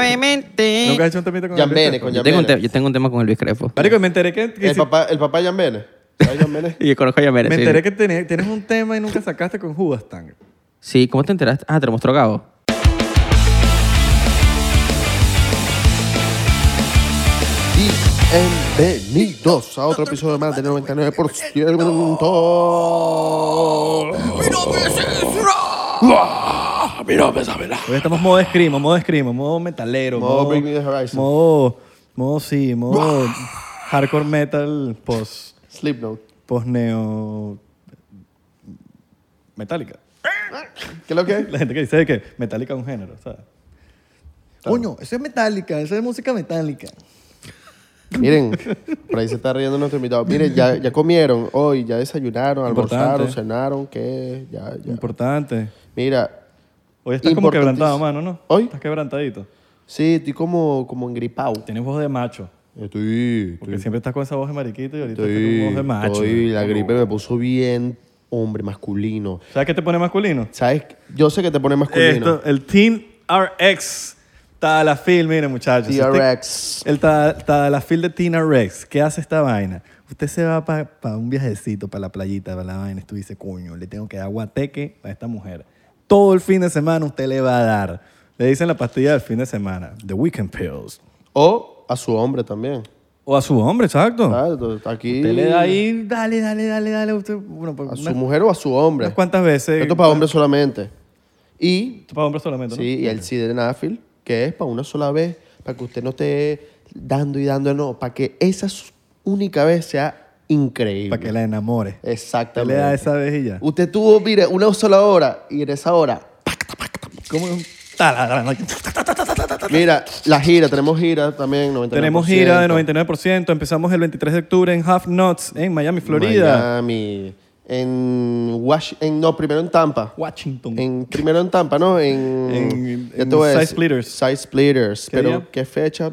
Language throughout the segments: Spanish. Suavemente. Nunca has hecho un temita con Jan Luis Bene, Crespo? con Yo tengo, un te- Yambere. yo tengo un tema con el Luis Crepo. Marico, me enteré que, que El si- papá, el papá Jan Bene. ¿Sabes Jan Bene? Y yo conozco a Yamere. me sí. enteré que tenés, tienes un tema y nunca sacaste con Judas Tang. Sí, ¿cómo te enteraste? Ah, te lo mostró Gabo. Bienvenidos a otro episodio más de 99%. Hoy estamos modo escrimo, modo escrimo, modo metalero. Modo Bring Me the Horizon. Modo, modo sí, modo hardcore metal post, Slipknot. post neo metálica. ¿Qué es lo que es? La gente que dice que metálica es un género, ¿sabes? Coño, eso es metálica, eso es música metálica. Miren, por ahí se está riendo nuestro invitado. Miren, ya, ya comieron hoy, ya desayunaron, almorzaron, Importante. cenaron, ¿qué? Ya, ya. Importante. Mira, Hoy estás como Importantis- quebrantado, mano, ¿no? ¿Hoy? Estás quebrantadito. sí, estoy como, como engripado. Tienes voz de macho. Estoy, Porque siempre estás con esa voz de mariquito y ahorita estás estoy, con voz de macho. estoy- la gripe me puso bien hombre masculino. ¿Sabes qué te pone masculino? ¿Sabes? Yo sé que te pone masculino. Esto, el Team RX Tadalafil, miren muchachos. TRX. Este- el Ta- Tadalafil de Team RX. ¿Qué hace esta vaina? Usted se va para un viajecito, para la playita, para la vaina. y Tú dices, coño, le tengo que dar guateque a esta mujer. Todo el fin de semana usted le va a dar. Le dicen la pastilla del fin de semana. The Weekend Pills. O a su hombre también. O a su hombre, exacto. Ah, entonces, Aquí. Usted le da ahí, dale, dale, dale, dale. Usted, bueno, pues, A su unas- mujer o a su hombre. unas cuantas veces. Esto es para hombres solamente. Y Esto para hombres solamente, ¿no? Sí, y el sildenafil, que es para una sola vez, para que usted no esté dando y dando, no, para que esa s- única vez sea increíble. Para que la enamore. Usted Exactamente. le da esa vez y ya. Usted tuvo, mire, una sola hora y en esa hora, ¿Cómo? Taladra- mira, la gira, tenemos gira también, 99%. Tenemos gira de 99%. Empezamos el 23 de octubre en Half Nuts, en Miami, Florida. Miami, en Washington, no, primero en Tampa. Washington. En, primero en Tampa, ¿no? En, En- ya te en voy a Side decir. Splitters. Side Splitters. ¿Qué pero, día? ¿qué fecha?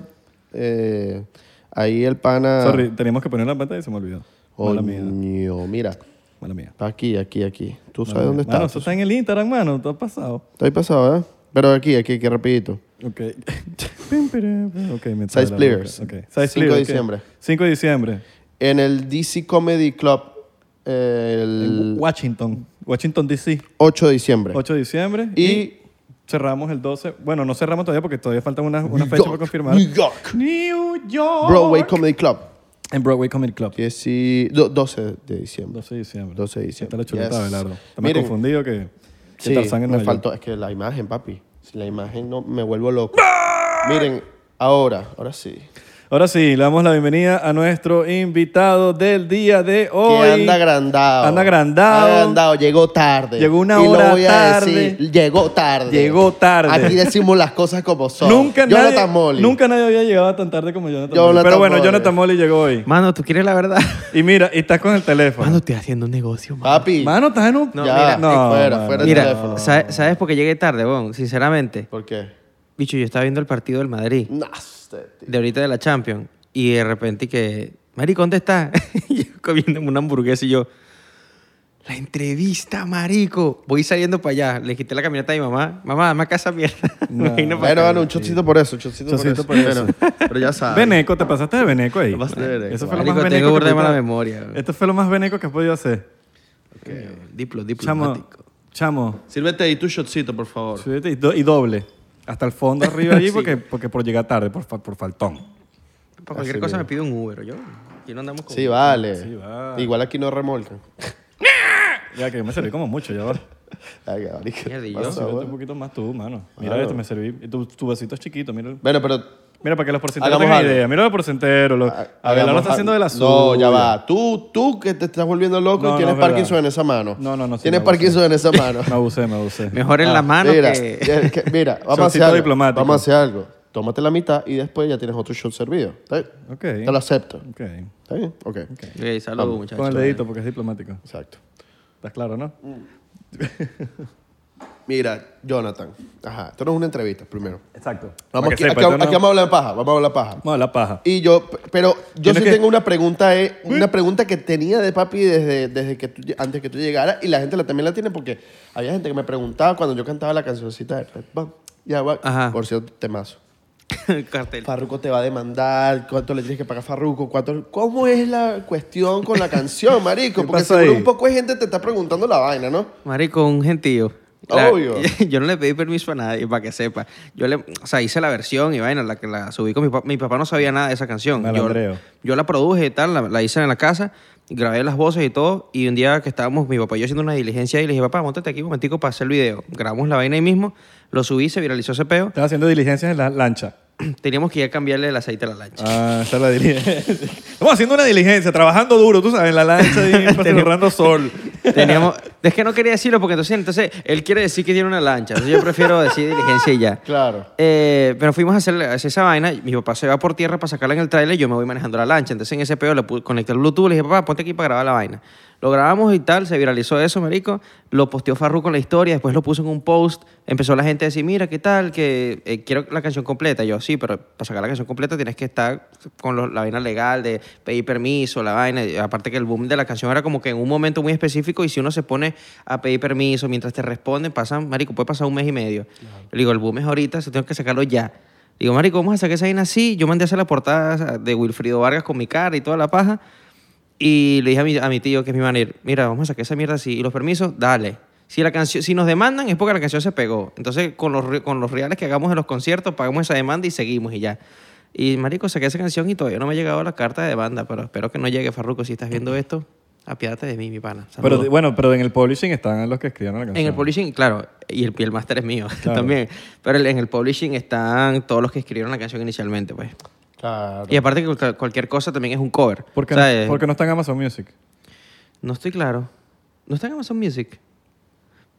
Eh, ahí el pana... Sorry, teníamos que poner la pantalla y se me olvidó. Oh, Mala mía. Coño, mira. Mala mía. Aquí, aquí, aquí. Tú Mala sabes dónde mía. Mano, está. eso está en el Instagram, mano. Todo ha pasado. Está ahí pasado, ¿eh? Pero aquí, aquí, aquí, rapidito. Ok. Pim, pim, pim. ok, me Side trae la Splitters. boca. Ok. 5 Side de Splitters, ok. diciembre. 5 de diciembre. En el DC Comedy Club, eh, el En Washington. Washington, D.C. 8 de diciembre. 8 de diciembre. Y- cerramos el 12. Bueno, no cerramos todavía porque todavía faltan unas una fechas para confirmar. New York. New York. Broadway Comedy Club. En Broadway Comedy Club. 10 y- do- 12 de diciembre. 12 de diciembre. 12 de diciembre. Está la chuleta, Yes. Abelardo. Está más Miren. confundido que, que Sí, Tarzán en me Nueva faltó. Es que la imagen, papi. Si la imagen no, me vuelvo loco. Miren, ahora, ahora sí. York. Ahora sí, le damos la bienvenida a nuestro invitado del día de hoy. Que anda agrandado. Anda agrandado. Anda agrandado, llegó tarde. Llegó una y hora lo voy tarde. A decir, llegó tarde. Llegó tarde. Aquí decimos las cosas como son. Nunca Jonathan nadie, Molly. nunca nadie había llegado tan tarde como Jonathan, Jonathan Molly. Pero bueno, Molly. Jonathan Molly llegó hoy. Mano, ¿tú quieres la verdad? Y mira, y estás con el teléfono. Mano, estoy haciendo un negocio, mano. Papi. Mano, estás en un... No, Ya, mira. fuera, mano. fuera. el teléfono. Mira, ¿sabe- ¿sabes por qué llegué tarde, bon? Sinceramente. ¿Por qué? Bicho, yo estaba viendo el partido del Madrid, Nah, este tío. de ahorita de la Champions, y de repente que, Marico, ¿dónde estás? Y yo comiéndome una hamburguesa y yo, la entrevista, Marico. Voy saliendo para allá, le quité la camioneta a mi mamá. Mamá, dame casa mierda. Me No. vino pa' Bueno, acá. bueno, un chocito por eso, chocito, Chocito por por eso. eso. eh. Bueno, pero ya sabes. Veneco, te pasaste de Veneco ahí. Te pasaste de veneco, Eso fue lo marico, más tengo veneco. burda que de pudiste- mala memoria, bro. Esto fue lo más veneco que has podido hacer. Ok, Diplo, Chamo, diplomático. chamo, Sírvete ahí tu shotcito, por favor. súbete y, do- y doble. Hasta el fondo arriba allí Sí. porque, porque por llegar tarde, por, fa- por faltón. Para cualquier cosa me pido un Uber, yo. Aquí no andamos con... Sí, vale. Sí, va. Igual aquí no remolcan. Ya que yo me serví como mucho ya ahora. Ay, marica, Mierda, ¿y pasa, yo? Súbete Ah, bueno. Ah, un poquito más tú, mano. Mira Claro. esto, me serví. Y Tu, tu vasito es chiquito, mira. el- Bueno, pero Mira, para que los porcenteros Hagamos tengan algo. idea. Mira los porcenteros. Los, Ha- Abelardo hagamos está haciendo de algo. la suya. ah, No, ya va. Tú, tú que te estás volviendo loco No, y no, tienes es verdad. Parkinson en esa mano. No, no, no, sí, Tienes me abusé. Parkinson en esa mano. Me abusé, me abusé. Mejor en Ah, las manos mira, que... ya- que- Mira, vamos a hacer Shotcito algo. diplomático. Vamos a hacer algo. Tómate la mitad y después ya tienes otro shot servido. ¿Está bien? Ok. Te lo acepto. Ok. ¿Está bien? Ok. Ok, saludos, muchachos. Con el eh. dedito porque es diplomático. Exacto. ¿Estás claro, no? Mira, Jonathan. Ajá. Esto no es una entrevista, primero. Exacto. Para Vamos aquí, que aquí sepa, vamos- esto no- aquí vamos a hablar de paja. Vamos a hablar de paja. Vamos a la paja. Y yo, pero yo Tienes sí que- tengo una pregunta, eh, una pregunta que tenía de papi desde, desde que tú- antes que tú llegaras y la gente la, también la tiene porque había gente que me preguntaba cuando yo cantaba la cancioncita de Red Bum, Ya, va. Ajá. Por cierto, temazo. El cartel. Farruko te va a demandar, cuánto le tienes que pagar a Farruko, cuánto... ¿Cómo es la cuestión con la canción, marico? ¿Qué Porque pasó seguro ahí? un poco de gente te está preguntando la vaina, ¿no? Marico, un gentío. Obvio. Yo no le pedí permiso a nadie para que sepa. Yo le, o sea, hice la versión y vaina, la que la subí con mi papá. Mi papá no sabía nada de esa canción. Yo, Malandreo. yo la produje y tal, la, la hice en la casa, grabé las voces y todo. Y un día que estábamos, mi papá y yo haciendo una diligencia y le dije, papá, montate aquí un momentico para hacer el video. Grabamos la vaina ahí mismo, lo subí, se viralizó ese peo. Estaba haciendo diligencias en la lancha. Teníamos que ir a cambiarle el aceite a la lancha. Ah, esa es la diligencia. Estamos haciendo una diligencia, trabajando duro, tú sabes, en la lancha y ahorrando sol. Teníamos, es que no quería decirlo porque entonces, entonces él quiere decir que tiene una lancha. Entonces yo prefiero decir diligencia y ya. Claro. Eh, pero fuimos a hacer, a hacer esa vaina. y Mi papá se va por tierra para sacarla en el trailer y yo me voy manejando la lancha. Entonces en ese pedo le pu- conecté el Bluetooth. Le dije, papá, ponte aquí para grabar la vaina. Lo grabamos y tal, se viralizó eso, marico. Lo posteó Farruko en la historia, después lo puso en un post. Empezó la gente a decir, mira, ¿qué tal? Que eh, quiero la canción completa. Yo, sí, pero para sacar la canción completa tienes que estar con los- la vaina legal de pedir permiso, la vaina. Y Aparte que el boom de la canción era como que en un momento muy específico y si uno se pone a pedir permiso mientras te responden, pasan, marico, puede pasar un mes y medio. Le digo, el boom es ahorita, se tengo que sacarlo ya. Le digo, marico, vamos a sacar esa vaina así. Yo mandé a hacer la portada de Wilfrido Vargas con mi cara y toda la paja. Y le dije a mi, a mi tío, que es mi manager, mira, vamos a sacar esa mierda así. Y los permisos, dale. Si, la canción, si nos demandan es porque la canción se pegó. Entonces, con los, re- con los reales que hagamos en los conciertos, pagamos esa demanda y seguimos y ya. Y, marico, saqué esa canción y todavía no me ha llegado la carta de demanda, pero espero que no llegue, Farruko. Si estás viendo esto, apiádate de mí, mi pana. Pero Saludos. bueno, pero en el publishing están los que escribieron la canción. En el publishing, claro, y el, y el máster es mío Claro. también. Pero el- en el publishing están todos los que escribieron la canción inicialmente, pues. Claro. Y aparte que cual- cualquier cosa también es un cover. ¿Por qué, O sea, eh, no, por qué no está en Amazon Music? no estoy claro. ¿No está en Amazon Music?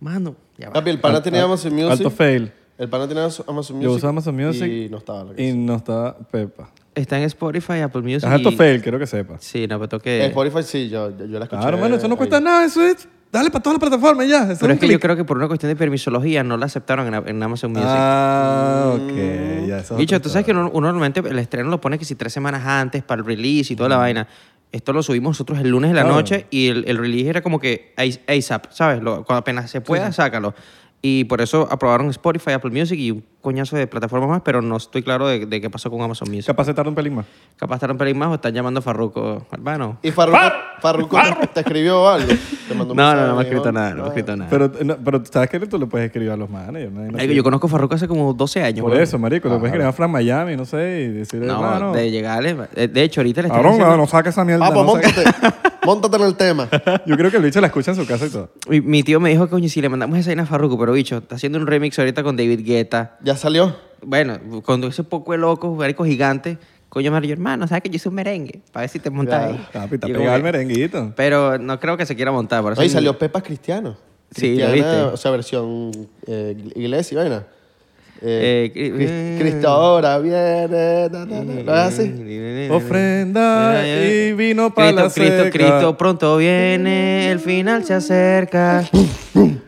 Mano, ya va. Papi, el pana tenía Amazon Music. Alto fail. El pana tenía Amazon Music. Yo usaba Amazon Music Y no estaba la y canción. no está Pepa. Está en Spotify, Apple Music. Es alto y- fail, quiero que sepas. Sí, no, pero tengo En que... Spotify sí, yo, yo, yo la escuché. Claro, mano, eso no ahí. cuesta nada, eso es... Dale para todas las plataformas ya. eso Pero un es que yo clic. creo que por una cuestión de permisología no la aceptaron en, en Amazon Music. Mm. Ah, ok. Ya, eso es Bicho, otra tú sabes que historia. uno, uno normalmente el estreno lo pone que si tres semanas antes para el release y toda la vaina. Esto lo subimos nosotros el lunes de la Claro. noche y el, el release era como que a- ASAP, ¿sabes? Lo- cuando apenas se pueda, sácalo. Y por eso aprobaron Spotify, Apple Music y un coñazo de plataformas más, pero no estoy claro de, de qué pasó con Amazon Music. Capaz se tarda un pelín más. Capaz estarán pelín más o están llamando a Farruko, hermano. Y Farruko, Farruko te, te escribió algo. Te No, mandó no, un mensaje, no me ha escrito dijo, nada, no me ha ah, escrito nada. Pero, no, pero sabes que tú le puedes escribir a los managers. ¿no? No Marico, sé. yo conozco a Farruko hace como 12 años. Por weón. eso, marico, le puedes escribir a Fran Miami, no sé, y decirle, No, hermano... de llegarle. eh, De hecho, ahorita le Ah, están Cabrón, haciendo- no, no saques esa mierda. Papo, no pues, saques- Ah, pues montate. Móntate en el tema. Yo creo que el bicho la escucha en su casa y todo. Mi, mi tío me dijo, coño, si le mandamos esa vaina a Farruko, pero bicho, está haciendo un remix ahorita con David Guetta. Ya salió. Bueno, cuando ese poco de locos, marico gigante, coño, Mario, hermano, ¿sabes que yo hice un merengue? Para ver si te montas Claro. ahí. Papi, está Y yo pegado el como que- merenguito. Pero no creo que se quiera montar. Por eso Ahí salió Pepas Cristiano. Sí, lo Cristiana, viste. O sea, versión eh, iglesia y vaina. Eh, Eh, cri- Cris- eh. Cristo ahora viene. na, na, na. ¿Lo haces así? Ofrenda y vino para la Cristo, Cristo, seca. Cristo, pronto viene, el final se acerca.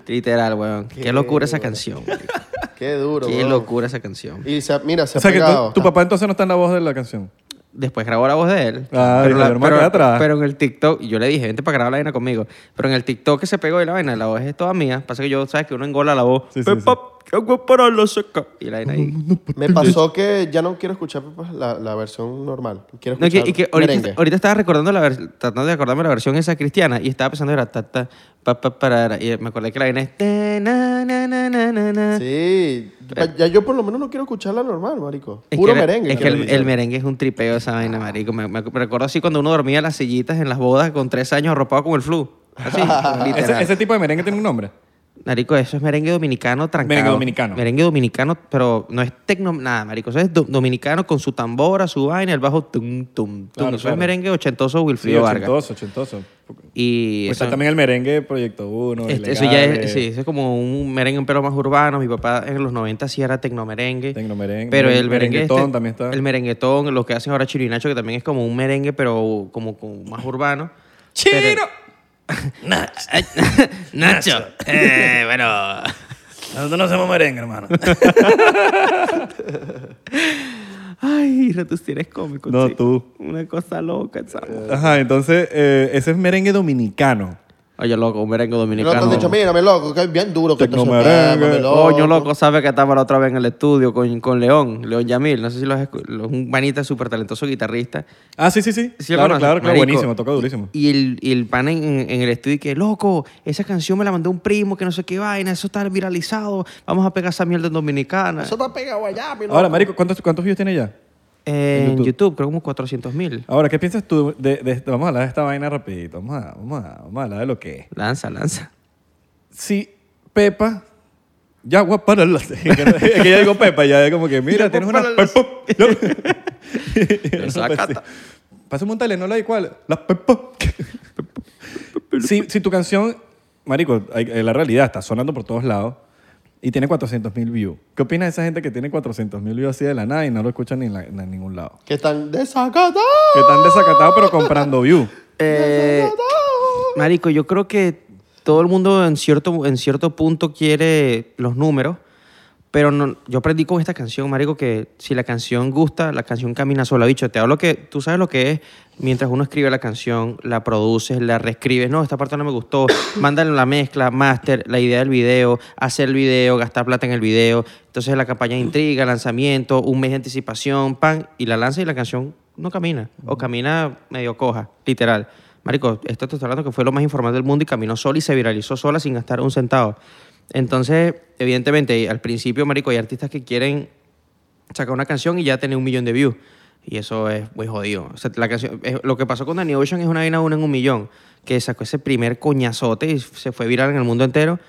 Literal, weón. Qué locura esa canción. marico. Qué duro, Qué weón. locura esa canción. Y se, ha- mira, se O sea ha que pegado. tu, tu papá entonces no está en la voz de la canción. Después grabó la voz de él. Ah, dijo, "Hermano, pero, quédate atrás". pero en el TikTok, y yo le dije, vente para grabar la vaina conmigo. Pero en el TikTok que se pegó y la vaina, la voz es toda mía. Pasa que yo, sabes que uno engola la voz. Sí, sí, "Pepa, ¿qué hago para la seca? Y la vaina ahí. Me pasó que ya no quiero escuchar Pepas la, la versión normal. Quiero No, y escuchar que, y que merengue. ahorita, ahorita estaba recordando la vers- tratando de acordarme la versión esa cristiana y estaba pensando era ta, ta, pa, pa, parara, y me acordé que la vaina es ta, na, na, na, na, na, na. Sí. pa- Ya yo por lo menos no quiero escuchar la normal, marico. Eh. Es Puro que era- merengue. Es que quiero el, escuchar. el merengue es un tripeo esa vaina, marico. Me, me- me recuerdo así cuando uno dormía en las sillitas en las bodas con tres años arropado con el flu. Así, Ese, literal. ese tipo de merengue tiene un nombre. Marico, eso es merengue dominicano trancado. Merengue dominicano. Merengue dominicano, pero no es tecno, nada, marico. Eso es do- dominicano con su tambora, su vaina, el bajo tum, tum, tum. Claro, eso claro. es merengue ochentoso Sí, Wilfrido Vargas. ochentoso, ochentoso. Y Pues eso, está también el merengue Proyecto 1. este- eso ya eh. es, sí, eso es como un merengue un pelo más urbano. Mi papá en los 90 sí era tecnomerengue. Tecnomerengue, Pero el merengue- merengue merenguetón este- también está. El merenguetón, lo que hacen ahora Chiro y Nacho, que también es como un merengue, pero como, como más urbano. ¡Chiro! Nacho. eh, bueno. Nosotros no hacemos merengue, hermano. Ay, tú tienes cómico. No, chico. tú. Una cosa loca, ¿sabes? Ajá, entonces eh, ese es merengue dominicano. Oye, loco, un merengue Loco, dominicano. han dicho, mira, me loco, que es bien duro que te Tecnomerengue. Coño, loco, sabe que estaba la otra vez en el estudio con, con León, León Yamil. No sé si lo has escu- lo- un manita súper talentoso guitarrista. Ah, sí, sí, sí. Sí, lo claro, conoces, claro, claro, marico. buenísimo, toca durísimo. Y el, y el pan en, en el estudio y que, loco, esa canción me la mandó un primo que no sé qué vaina, eso está viralizado, vamos a pegar esa mierda en Dominicana. Eso está pegado allá, mi loco. Ahora, Marico, ¿cuántos, ¿cuántos views tiene ya? Eh, en en YouTube. YouTube. creo como 400 mil. Ahora, ¿qué piensas tú de, de- Vamos a hablar de esta vaina rapidito. Vamos a, vamos a- vamos a hablar de lo que es. Lanza, lanza. Si Pepa... Ya, guau, para la... Es que ya digo Pepa, ya es como que, mira, Ya, tienes una... para la- Pepa. No. Esa cata. Pásame un telenola y cuál. La Pepa. si, si tu canción... Marico, hay- eh, la realidad está sonando por todos lados y tiene 400 mil views. ¿Qué opinas de esa gente que tiene 400 mil views así de la nada y no lo escuchan ni en, la- en ningún lado? Que están desacatados. Que están desacatados pero comprando views. Eh, Marico, yo creo que todo el mundo en cierto, en cierto punto quiere los números, pero no- yo aprendí con esta canción, Marico, que si la canción gusta, la canción camina sola. Bicho, te hablo que tú sabes lo que es mientras uno escribe la canción, la produces, la reescribes. No, esta parte no me gustó. Mándale la mezcla, máster, la idea del video, hacer el video, gastar plata en el video. Entonces la campaña de intriga, lanzamiento, un mes de anticipación, pan, y la lanza y la canción no camina. O camina medio coja, literal. Marico, esto te estoy hablando que fue lo más informal del mundo y caminó sola y se viralizó sola sin gastar un centavo. Entonces, evidentemente, y al principio, Marico, hay artistas que quieren sacar una canción y ya tener un millón de views. Y eso es muy jodido. O sea, la canción, es- lo que pasó con Danny Ocean es una vaina una en un millón, que sacó ese primer coñazote y se fue viral en el mundo entero.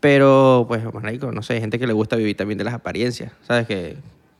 Pero, pues, Marico, no sé, hay gente que le gusta vivir también de las apariencias, ¿sabes? Que,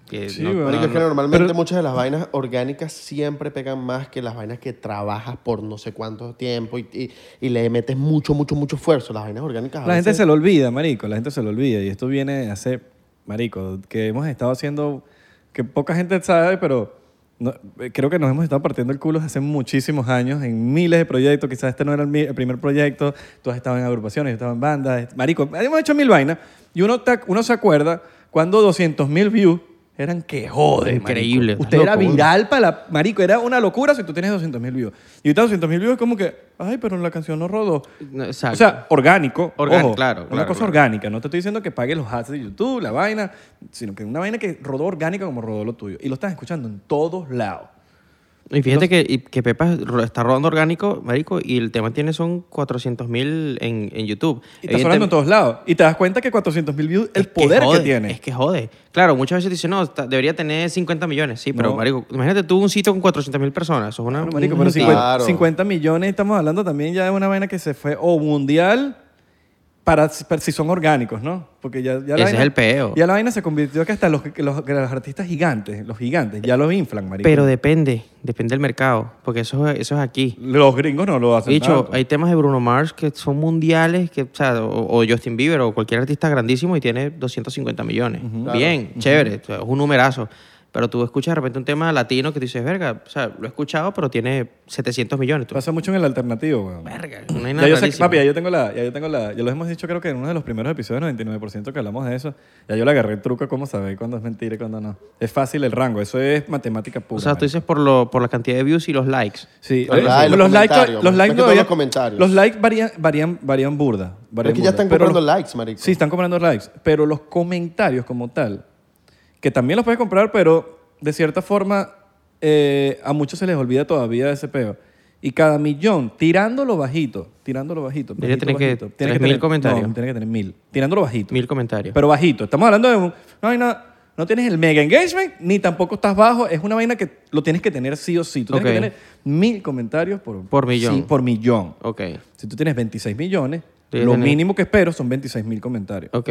que Sí, no- weón. no- Marico, es que no- normalmente Pero- muchas de las vainas orgánicas siempre pegan más que las vainas que trabajas por no sé cuánto tiempo y, y- y le metes mucho, mucho, mucho esfuerzo. Las vainas orgánicas. a La gente veces- se lo olvida, marico, la gente se lo olvida. Y esto viene de hace, marico, que hemos estado haciendo, que poca gente sabe, pero no- eh, creo que nos hemos estado partiendo el culo desde hace muchísimos años en miles de proyectos. Quizás este no era el, mi- el primer proyecto. Tú has estado en agrupaciones, yo estaba en bandas. Marico, hemos hecho mil vainas. Y uno, te ac- uno se acuerda cuando 200 mil views eran que jode, marico. Increíble, estás Usted era loco, viral para la... Marico, era una locura si tú tienes 200 mil views. Y ahorita 200 mil views es como que, ay, pero la canción no rodó. no, exacto. O sea, orgánico. Orgánico, ojo, claro, Una claro, cosa claro. orgánica. No te estoy diciendo que pagues los ads de YouTube, la vaina, sino que una vaina que rodó orgánica como rodó lo tuyo. Y lo estás escuchando en todos lados. Y fíjate que, y que Pepa ro- está rodando orgánico, marico, y el tema tiene son 400 mil en, en YouTube. Y estás sonando en todos lados. Y te das cuenta que 400 mil views, el Es poder que, jode, tiene. Es que jode. Claro, muchas veces dicen, no, está- debería tener 50 millones. Sí, pero, No. marico, imagínate tú un sitio con 400 mil personas. Eso es una... Bueno, marico, un- pero sí. 50, Claro. 50 millones, estamos hablando también ya de una vaina que se fue o mundial para, para si son orgánicos, ¿no? Porque ya, ya la Ese vaina- es el peo. Ya la vaina se convirtió que hasta los, que los, que los artistas gigantes, los gigantes, ya los inflan, marico. Pero depende, depende del mercado, porque eso, eso es aquí. los gringos no lo hacen. Dicho, tanto. hay temas de Bruno Mars que son mundiales, que, o, sea, o- o Justin Bieber o cualquier artista grandísimo y tiene 250 millones. Bien, chévere, o sea, es un numerazo. Pero tú escuchas de repente un tema latino que tú dices, verga, o sea, lo he escuchado, pero tiene 700 millones. Tú, Pasa mucho en el alternativo, weón. verga, una vaina Ya yo, sé, rarísima. papi, ya yo tengo la, ya yo tengo la, ya lo hemos dicho creo que en uno de los primeros episodios, 99% que hablamos de eso, ya yo le agarré el truco cómo saber cuándo es mentira y cuándo no. Es fácil el rango, eso es matemática pura. O sea, tú marico. dices por, lo, por la cantidad de views y los likes. Sí, Los eh, likes, los los likes, comentarios, los más likes que todos todavía- los comentarios. Los likes varían, varían, varían burda. Pero varían es que burda, ya están pero comprando los- likes, marico. Sí, están comprando likes, pero los comentarios como tal, que también los puedes comprar, pero de cierta forma eh, a muchos se les olvida todavía ese peo. Y cada millón, tirándolo bajito, tirándolo bajito. Debería bajito, tener que- bajito, tiene 3.000 tener- comentarios. No, tiene que tener mil. Tirándolo bajito. Mil comentarios. Pero bajito. Estamos hablando de un- una vaina. No tienes el mega engagement ni tampoco estás bajo. Es una vaina que lo tienes que tener sí o sí. Tú Ok. tienes que tener mil comentarios por, Por millón. sí, por millón. ok, Si tú tienes 26 millones, Tienes lo tener- mínimo que espero son 26 mil comentarios. ok.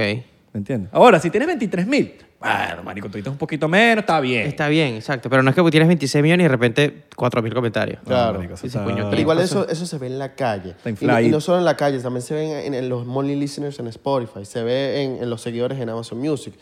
¿Me entiendes? Ahora, si tienes 23 mil, bueno, marico, tú dices un poquito menos, está bien. Está bien, exacto. Pero no es que tienes 26 millones y de repente 4 mil comentarios. Bueno, Claro. marico, eso Ese está- puño- Pero igual eso, eso se ve en la calle. Ah. Está Y no- inflado. Y, no solo en la calle, también se ve en, en los money listeners en Spotify, se ve en, en los seguidores en Amazon Music.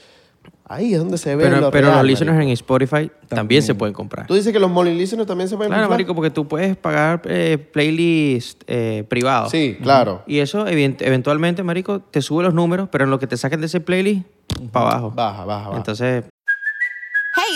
Ahí es donde se ve Pero, lo pero real, los marico. listeners en Spotify también, se pueden comprar. Tú dices que los money listeners también se pueden Claro, inflar? marico, porque tú puedes pagar eh, playlist eh, privado. Sí, claro. Y eso event- eventualmente, marico, te sube los números, pero en lo que te saquen de ese playlist, para abajo. Baja, baja, baja. Entonces, Hey,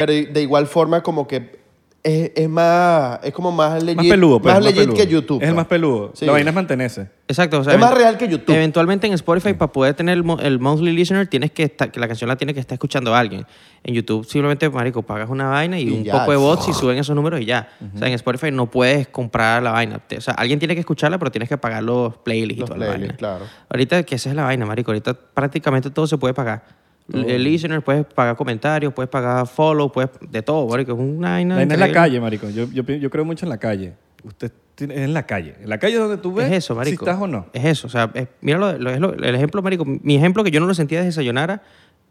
Pero de igual forma, como que es, es más. Es como más legit. Más peludo, pues. más es legit peludo. que YouTube. Es el pues. más peludo. Sí. La vaina es mantenerse. Exacto. o sea, Es más event- real que YouTube. Eventualmente en Spotify, para poder tener el, mo- el monthly listener, tienes que estar, que la canción la tiene que estar escuchando alguien. En YouTube simplemente, marico, pagas una vaina y, Y un ya, poco de sí. bots y suben esos números y ya. O sea, en Spotify no puedes comprar la vaina. Te- O sea, alguien tiene que escucharla, pero tienes que pagar los playlists Los y toda playlists, la vaina. claro. Ahorita que esa es la vaina, marico. Ahorita prácticamente todo se puede pagar. L- Oh. El listener, puedes pagar comentarios, puedes pagar follow, puedes... De todo, marico. Es una vaina... La vaina es la increíble. calle, marico. Yo, yo, pi- yo creo mucho en la calle. Usted tiene- es en la calle. En la calle es donde tú ves Es eso, marico. si estás o no. Es eso. O sea, es- mira lo, lo- es lo- el ejemplo, marico. Mi ejemplo que yo no lo sentía desde desayunara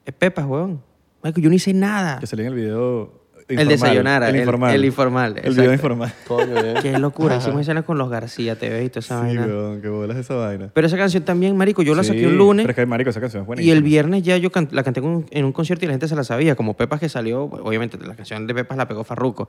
es Pepas, huevón. Marico, yo no hice nada. Que salió en el video Ah. El informal, desayunara, el- informal. el informal, El exacto. video informal. Coño, eh. Qué locura. Hicimos escenas con los García TV y toda esa Sí, vaina. weón, qué bolas esa vaina. Pero esa canción también, marico, Ah, yo la Sí, saqué un lunes. Pero es que, marico, esa canción es buena. Y el viernes ya yo can- la canté en un, en un concierto y la gente se la sabía, como Pepas que salió, obviamente la canción de Pepas la pegó Farruco,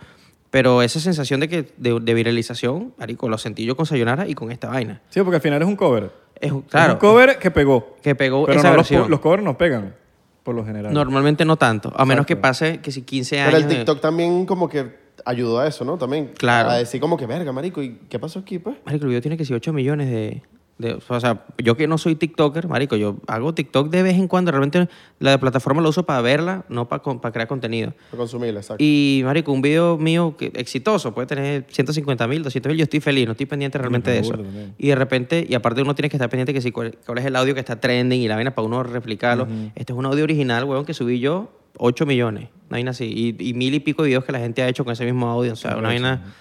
pero esa sensación de que de, de viralización, marico, lo sentí yo con Sayonara y con esta vaina. Sí, porque al final es un cover. Es, un- Es claro, un cover que pegó. Que pegó Pero esa no los, po- versión. los covers no pegan, por lo general. normalmente no tanto, a menos que Exacto. pase que si 15 años... Pero el de- TikTok también, como que ayudó a eso, ¿no? También. Claro. A decir, como que, verga, marico, ¿y qué pasó aquí, pues? Marico, el video tiene que ser 8 millones de, de- O sea, yo que no soy TikToker, Marico, yo hago TikTok de vez en cuando. Realmente la plataforma la uso para verla, no para, con- para crear contenido. Para consumirla, exacto. Y, Marico, un video mío que- exitoso puede tener 150 mil, 200 mil. Yo estoy feliz, no estoy pendiente realmente de eso. burda también. Y de repente, y aparte uno tiene que estar pendiente que si cuál, cuál es el audio que está trending y la vaina para uno replicarlo. Este es un audio original, weón, que subí yo, 8 millones. Una vaina así. Y, y mil y pico de videos que la gente ha hecho con ese mismo audio. O sea, una vaina.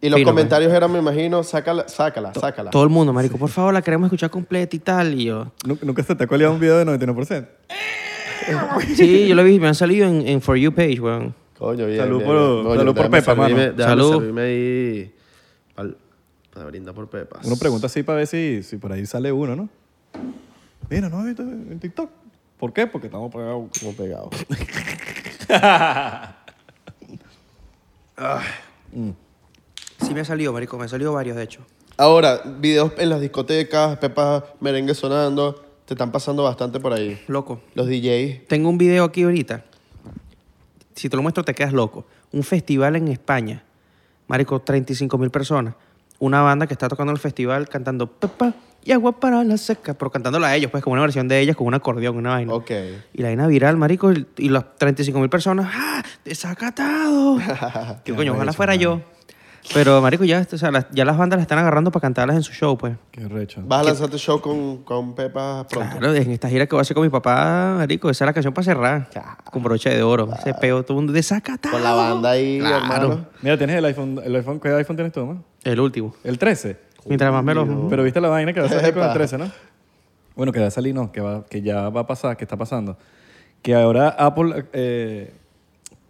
Y fino, los pues. comentarios eran, me imagino, sácala, sácala, sácala. Todo el mundo, marico, por favor, la queremos escuchar completa y tal. Y yo, Nu- Nunca se te ha colado un video de 99%. sí, yo lo vi, me han salido en, en For You page, weón. Coño, bien. Salud bien, por- bien. Coño, salud por déjame Pepa, servirme- mano. déjame Salud. servirme ahí pal- para brindar por Pepas. Uno pregunta así para ver si, si por ahí sale uno, ¿no? Mira, no he visto en TikTok. ¿Por qué? Porque estamos pegados. Como pegado. Sí me ha salido, marico, me han salido varios, de hecho. Ahora, videos en las discotecas, Pepas, merengue sonando, te están pasando bastante por ahí. Loco. Los DJs. Tengo un video aquí ahorita. Si te lo muestro, te quedas loco. Un festival en España. Marico, 35 mil personas. Una banda que está tocando en el festival cantando Pepa y agua para la seca. Pero cantándola a ellos, pues, como una versión de ellas con un acordeón, una vaina. Ok. Y la vaina viral, marico, y y las 35 mil personas, ¡ah! ¡Desacatado! que coño, ojalá fuera yo. Pero, marico, ya, o sea, las- ya las bandas las están agarrando para cantarlas en su show, pues. Qué recho. Vas a lanzar tu show con, con Pepas pronto. Claro, en esta gira que voy a hacer con mi papá, marico, esa es la canción para cerrar. Con broche de oro. Ese pedo, todo el mundo desacatado. Con la banda ahí, Claro. hermano. Mira, tienes el iPhone. El iPhone ¿Qué iPhone tienes tú, mamá? El último. El 13. Mientras más me lo... Pero viste la vaina que va a salir con el Epa. 13, ¿no? Bueno, que va a salir, no, que, va, que ya va a pasar, que está pasando. Que ahora Apple, eh,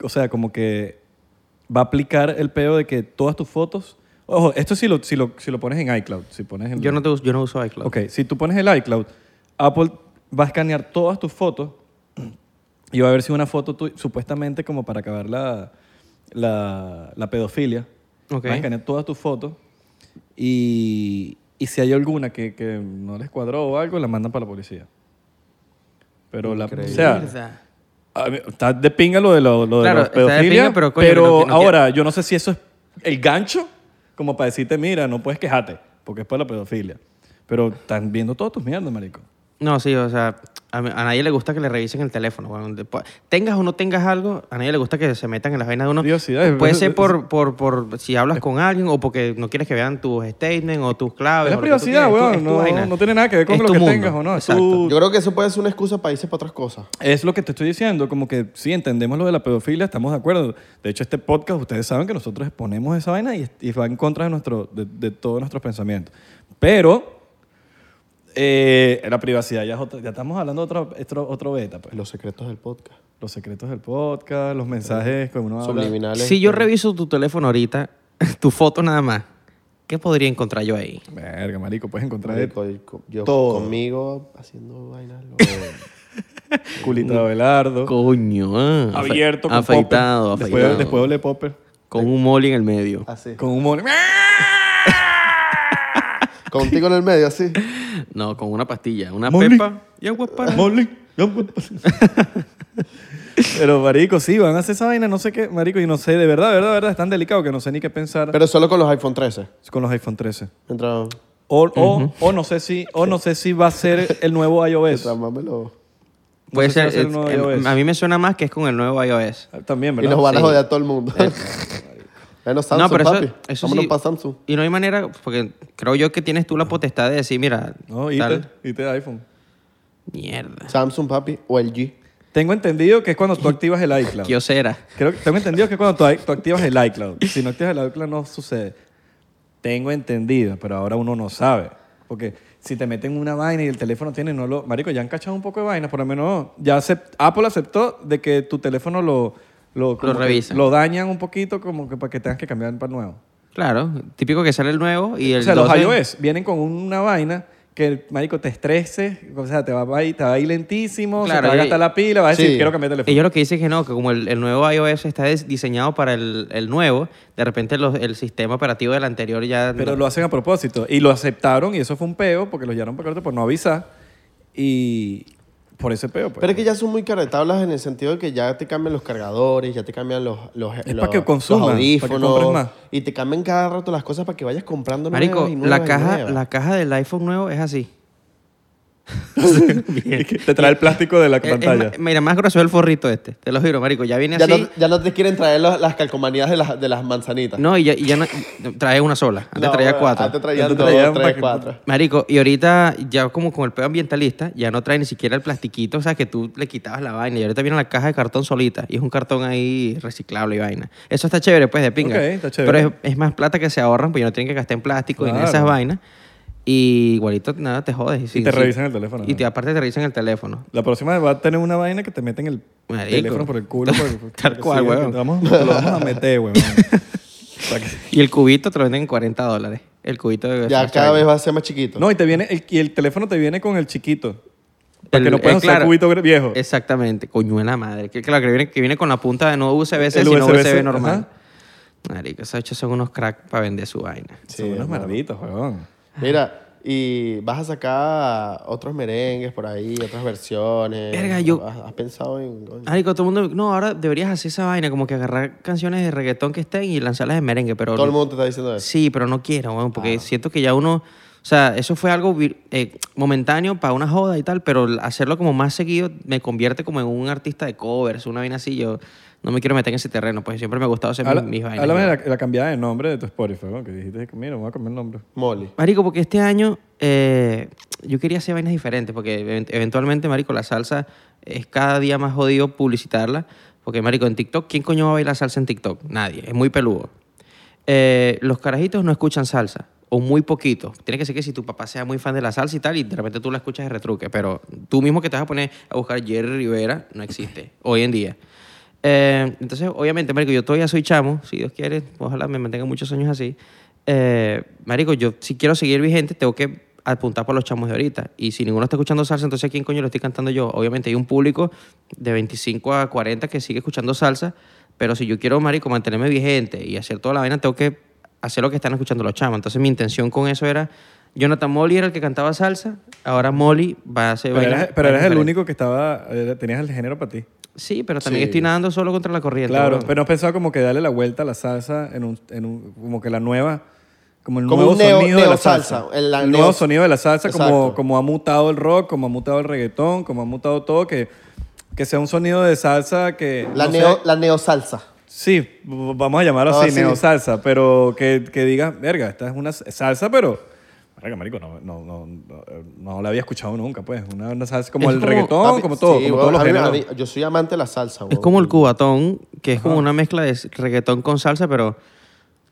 o sea, como que va a aplicar el peo de que todas tus fotos. Ojo, esto si lo, si lo, si lo pones en iCloud. Si pones en, Yo no, te uso, yo no uso iCloud. Ok, si tú pones el iCloud, Apple va a escanear todas tus fotos y va a ver si una foto tu- supuestamente como para acabar la, la, la pedofilia. Ok. Va a escanear todas tus fotos y, y si hay alguna que, que no les cuadró o algo, la mandan para la policía. Pero la, o sea, Mierda. a mí- está de pinga lo de, lo, lo Claro, de la está de pedofilia, pinga, pero pero, coño, no- no ahora yo no sé si eso es el gancho como para decirte, mira, no puedes quejarte porque es para la pedofilia. Pero están viendo todas tus mierdas, marico. No, sí, o sea, a, mí- a nadie le gusta que le revisen el teléfono. weón. Después- tengas o no tengas algo, a nadie le gusta que se metan en las vainas de uno. Curiosidades, Puede es- ser es- por, por, por si hablas con alguien o porque no quieres que vean tus statements o tus claves. Es la o lo que tú privacidad, quieras. Es tu- weón. es tu No- vaina. no tiene nada que ver con Es lo tu que mundo. tengas o no. Es tu- Exacto. Yo creo que eso puede ser una excusa para irse para otras cosas. Es lo que te estoy diciendo, como que sí entendemos lo de la pedofilia, estamos de acuerdo. De hecho, este podcast, ustedes saben que nosotros exponemos esa vaina y, y va en contra de, nuestro, de, de todos nuestros pensamientos. Pero eh, la privacidad, ya, es otra- ya estamos hablando de otro, otro, otro beta. Pues. Los secretos del podcast. Los secretos del podcast, los mensajes que uno habla. Subliminales. Si yo reviso tu teléfono ahorita, tu foto nada más, ¿qué podría encontrar yo ahí? Verga, marico, puedes encontrar de Marico, yo- yo Todo. conmigo haciendo vainas. lo- culito de Abelardo. Coño. ah. Afe- Abierto con Afeitado, popper. afeitado. Después, Ah. después doble popper. con un molly en el medio. así. Con un mole. Contigo en el medio, así. No, con una pastilla, una Molly. pepa pues, y agua para. Mole. Pero, marico, sí, van a hacer esa vaina, no sé qué, marico, y no sé, de verdad, de verdad, de verdad, es tan delicado que no sé ni qué pensar Pero solo con los iPhone 13. con los iPhone 13. Mientras, O, o, o no sé si, o no sé si va a ser el nuevo iOS. mientras más me lo... Puede No sé si va a ser, ser eh, el nuevo eh, iOS. a mí me suena más que es con el nuevo iOS. También, Y ¿verdad? nos van a Sí. Eh, joder a todo el mundo. Menos Samsung, no, pero papi. eso, eso Vámonos sí. para Samsung. Y no hay manera, porque creo yo que tienes tú la potestad de decir, mira, No, y tal, te- y te iPhone. mierda, Samsung, papi, o LG. Pues Tengo entendido que es cuando tú activas el iCloud. ¿qué osera? Creo que tengo entendido que cuando tú, tú activas el iCloud, si no activas el iCloud no sucede. Tengo entendido, pero ahora uno no sabe. Porque si te meten una vaina y el teléfono tiene, no lo. Marico, ya han cachado un poco de vainas, por lo menos. Ya acep- Apple aceptó de que tu teléfono lo. Lo, como que revisan. Lo dañan un poquito como que para que tengas que cambiar para nuevo. Claro, típico que sale el nuevo y el o sea, los 12 iOS vienen con una vaina que, marico, te estreses, o sea, te va a ir, te va a ir lentísimo, se Claro, te va a y- gastar la pila, vas a decir, Sí. quiero cambiar el teléfono. Ellos lo que dicen es que no, que como el, el nuevo iOS está des- diseñado para el, el nuevo, de repente los- el sistema operativo del anterior ya... Pero no- lo hacen a propósito. Y lo aceptaron y eso fue un peo porque los llevaron para corte por no avisar. Y por ese peo. Pues. Pero es que ya son muy carretablas en el sentido de que ya te cambian los cargadores, ya te cambian los, los, Es los- pa' que consumas, los pa' que audífonos. compres más. Y te cambian cada rato las cosas para que vayas comprando nuevas Marico, y la, nuevas y caja, nuevas. la caja del iPhone nuevo es así. Y que te trae el plástico de la Eh, Es- es pantalla. ma- mira, más grueso el forrito este, te lo juro, marico, ya viene ya, así. no, ya no te quieren traer los- las calcomanías de las, de las manzanitas. No, y ya, y ya no, trae una sola. Antes No, traía bueno, cuatro. Antes traían Antes dos, traían pa' tres, que- cuatro. Marico, y ahorita ya como con el pedo ambientalista, ya no trae ni siquiera el plastiquito, o sea, que tú le quitabas la vaina. Y ahorita viene la caja de cartón solita. Y es un cartón ahí reciclable y vaina. Eso está chévere, pues, de pinga. Ok, está chévere. Pero es, es más plata que se ahorran, pues ya no tienen que gastar en plástico y en Claro. esas vainas. Y igualito, nada, te jodes. Y, si- te si- revisan el teléfono, Y ¿no? te- aparte te revisan el teléfono. La próxima vez va a tener una vaina que te meten el Marico. teléfono por el culo. pues, por- por- Tal para que cual, siga, weón. que te vamos- Te lo vamos a meter, weón. Para que- Y el cubito te lo venden en 40 dólares. El cubito de... Ya cada vez va a ser más chiquito. No, y, te viene, el, y el teléfono te viene con el chiquito. Para que El- no puedas eh, usar claro. cubito gr- viejo. Exactamente, coño de la madre. Que, claro, que viene, que viene con la punta de no USB-C, El sino USB-C, USB normal. ajá. Marico, esos hechos son unos crack para vender su vaina. Son unos malditos, weón. Mira, y vas a sacar otros merengues por ahí, otras versiones. Verga, yo- Ah, ¿Has, has pensado en...? coño? Marico, todo el mundo... No, ahora deberías hacer esa vaina, como que agarrar canciones de reggaetón que estén y lanzarlas en merengue, pero... Todo el mundo te está diciendo eso. Sí, pero no quiero, weón, porque siento que ya uno... O sea, eso fue algo vir- eh, momentáneo para una joda y tal, pero el hacerlo como más seguido me convierte como en un artista de covers, una vaina así. Yo no me quiero meter en ese terreno, pues siempre me ha gustado hacer Habla- mis, mis vainas. Háblame de la, la cambiada de nombre de tu Spotify, weón. Que dijiste, que, mira, vamos a cambiar el nombre. Molly. Marico, porque este año eh, yo quería hacer vainas diferentes, porque event- eventualmente, Marico, la salsa es cada día más jodido publicitarla. Porque, Marico, en TikTok, ¿quién coño va a bailar salsa en TikTok? Nadie, es muy peludo. Eh, los carajitos no escuchan salsa, o muy poquito. Tiene que ser que si tu papá sea muy fan de la salsa y tal, y de repente tú la escuchas de retruque, pero tú mismo que te vas a poner a buscar Jerry Rivera, no existe hoy en día. Eh, entonces, obviamente, Marico, yo todavía soy chamo, si Dios quiere, ojalá me mantenga muchos años así. Eh, marico, yo si quiero seguir vigente, tengo que apuntar por los chamos de ahorita. Y si ninguno está escuchando salsa, entonces ¿a quién coño lo estoy cantando yo? Obviamente hay un público de 25 a 40 que sigue escuchando salsa, pero si yo quiero, marico, mantenerme vigente y hacer toda la vaina, tengo que hacer lo que están escuchando los chamos. Entonces mi intención con eso era, Jonathan Molly era el que cantaba salsa, ahora Molly va a hacer Pero vainas- eras, pero eras vainas el diferentes. único que estaba, era- tenías el género para ti. Sí, pero también Sí. estoy nadando solo contra la corriente. Claro, bro. pero no pensaba como que darle la vuelta a la salsa en un, en un- como que la nueva, como el Como nuevo un neo- sonido de la salsa. neosalsa, el- la el nuevo neo- sonido de la salsa, como, Exacto. como ha mutado el rock, como ha mutado el reggaetón, como ha mutado todo, que, que sea un sonido de salsa que... La, no neo, sé, la neosalsa. sí, v- vamos a llamarlo No, así, sí. neo salsa, pero que, que digas, verga, esta es una s- salsa, pero... verga, marico, no, no, no, no, no la había escuchado nunca, pues. Una, una salsa como Es el como- reggaetón, Papi, como todo, sí, como todos weón, los a mí- géneros. a mí- yo soy amante de la salsa. Es weón. como el cubatón, que es como una mezcla de reggaetón con salsa, pero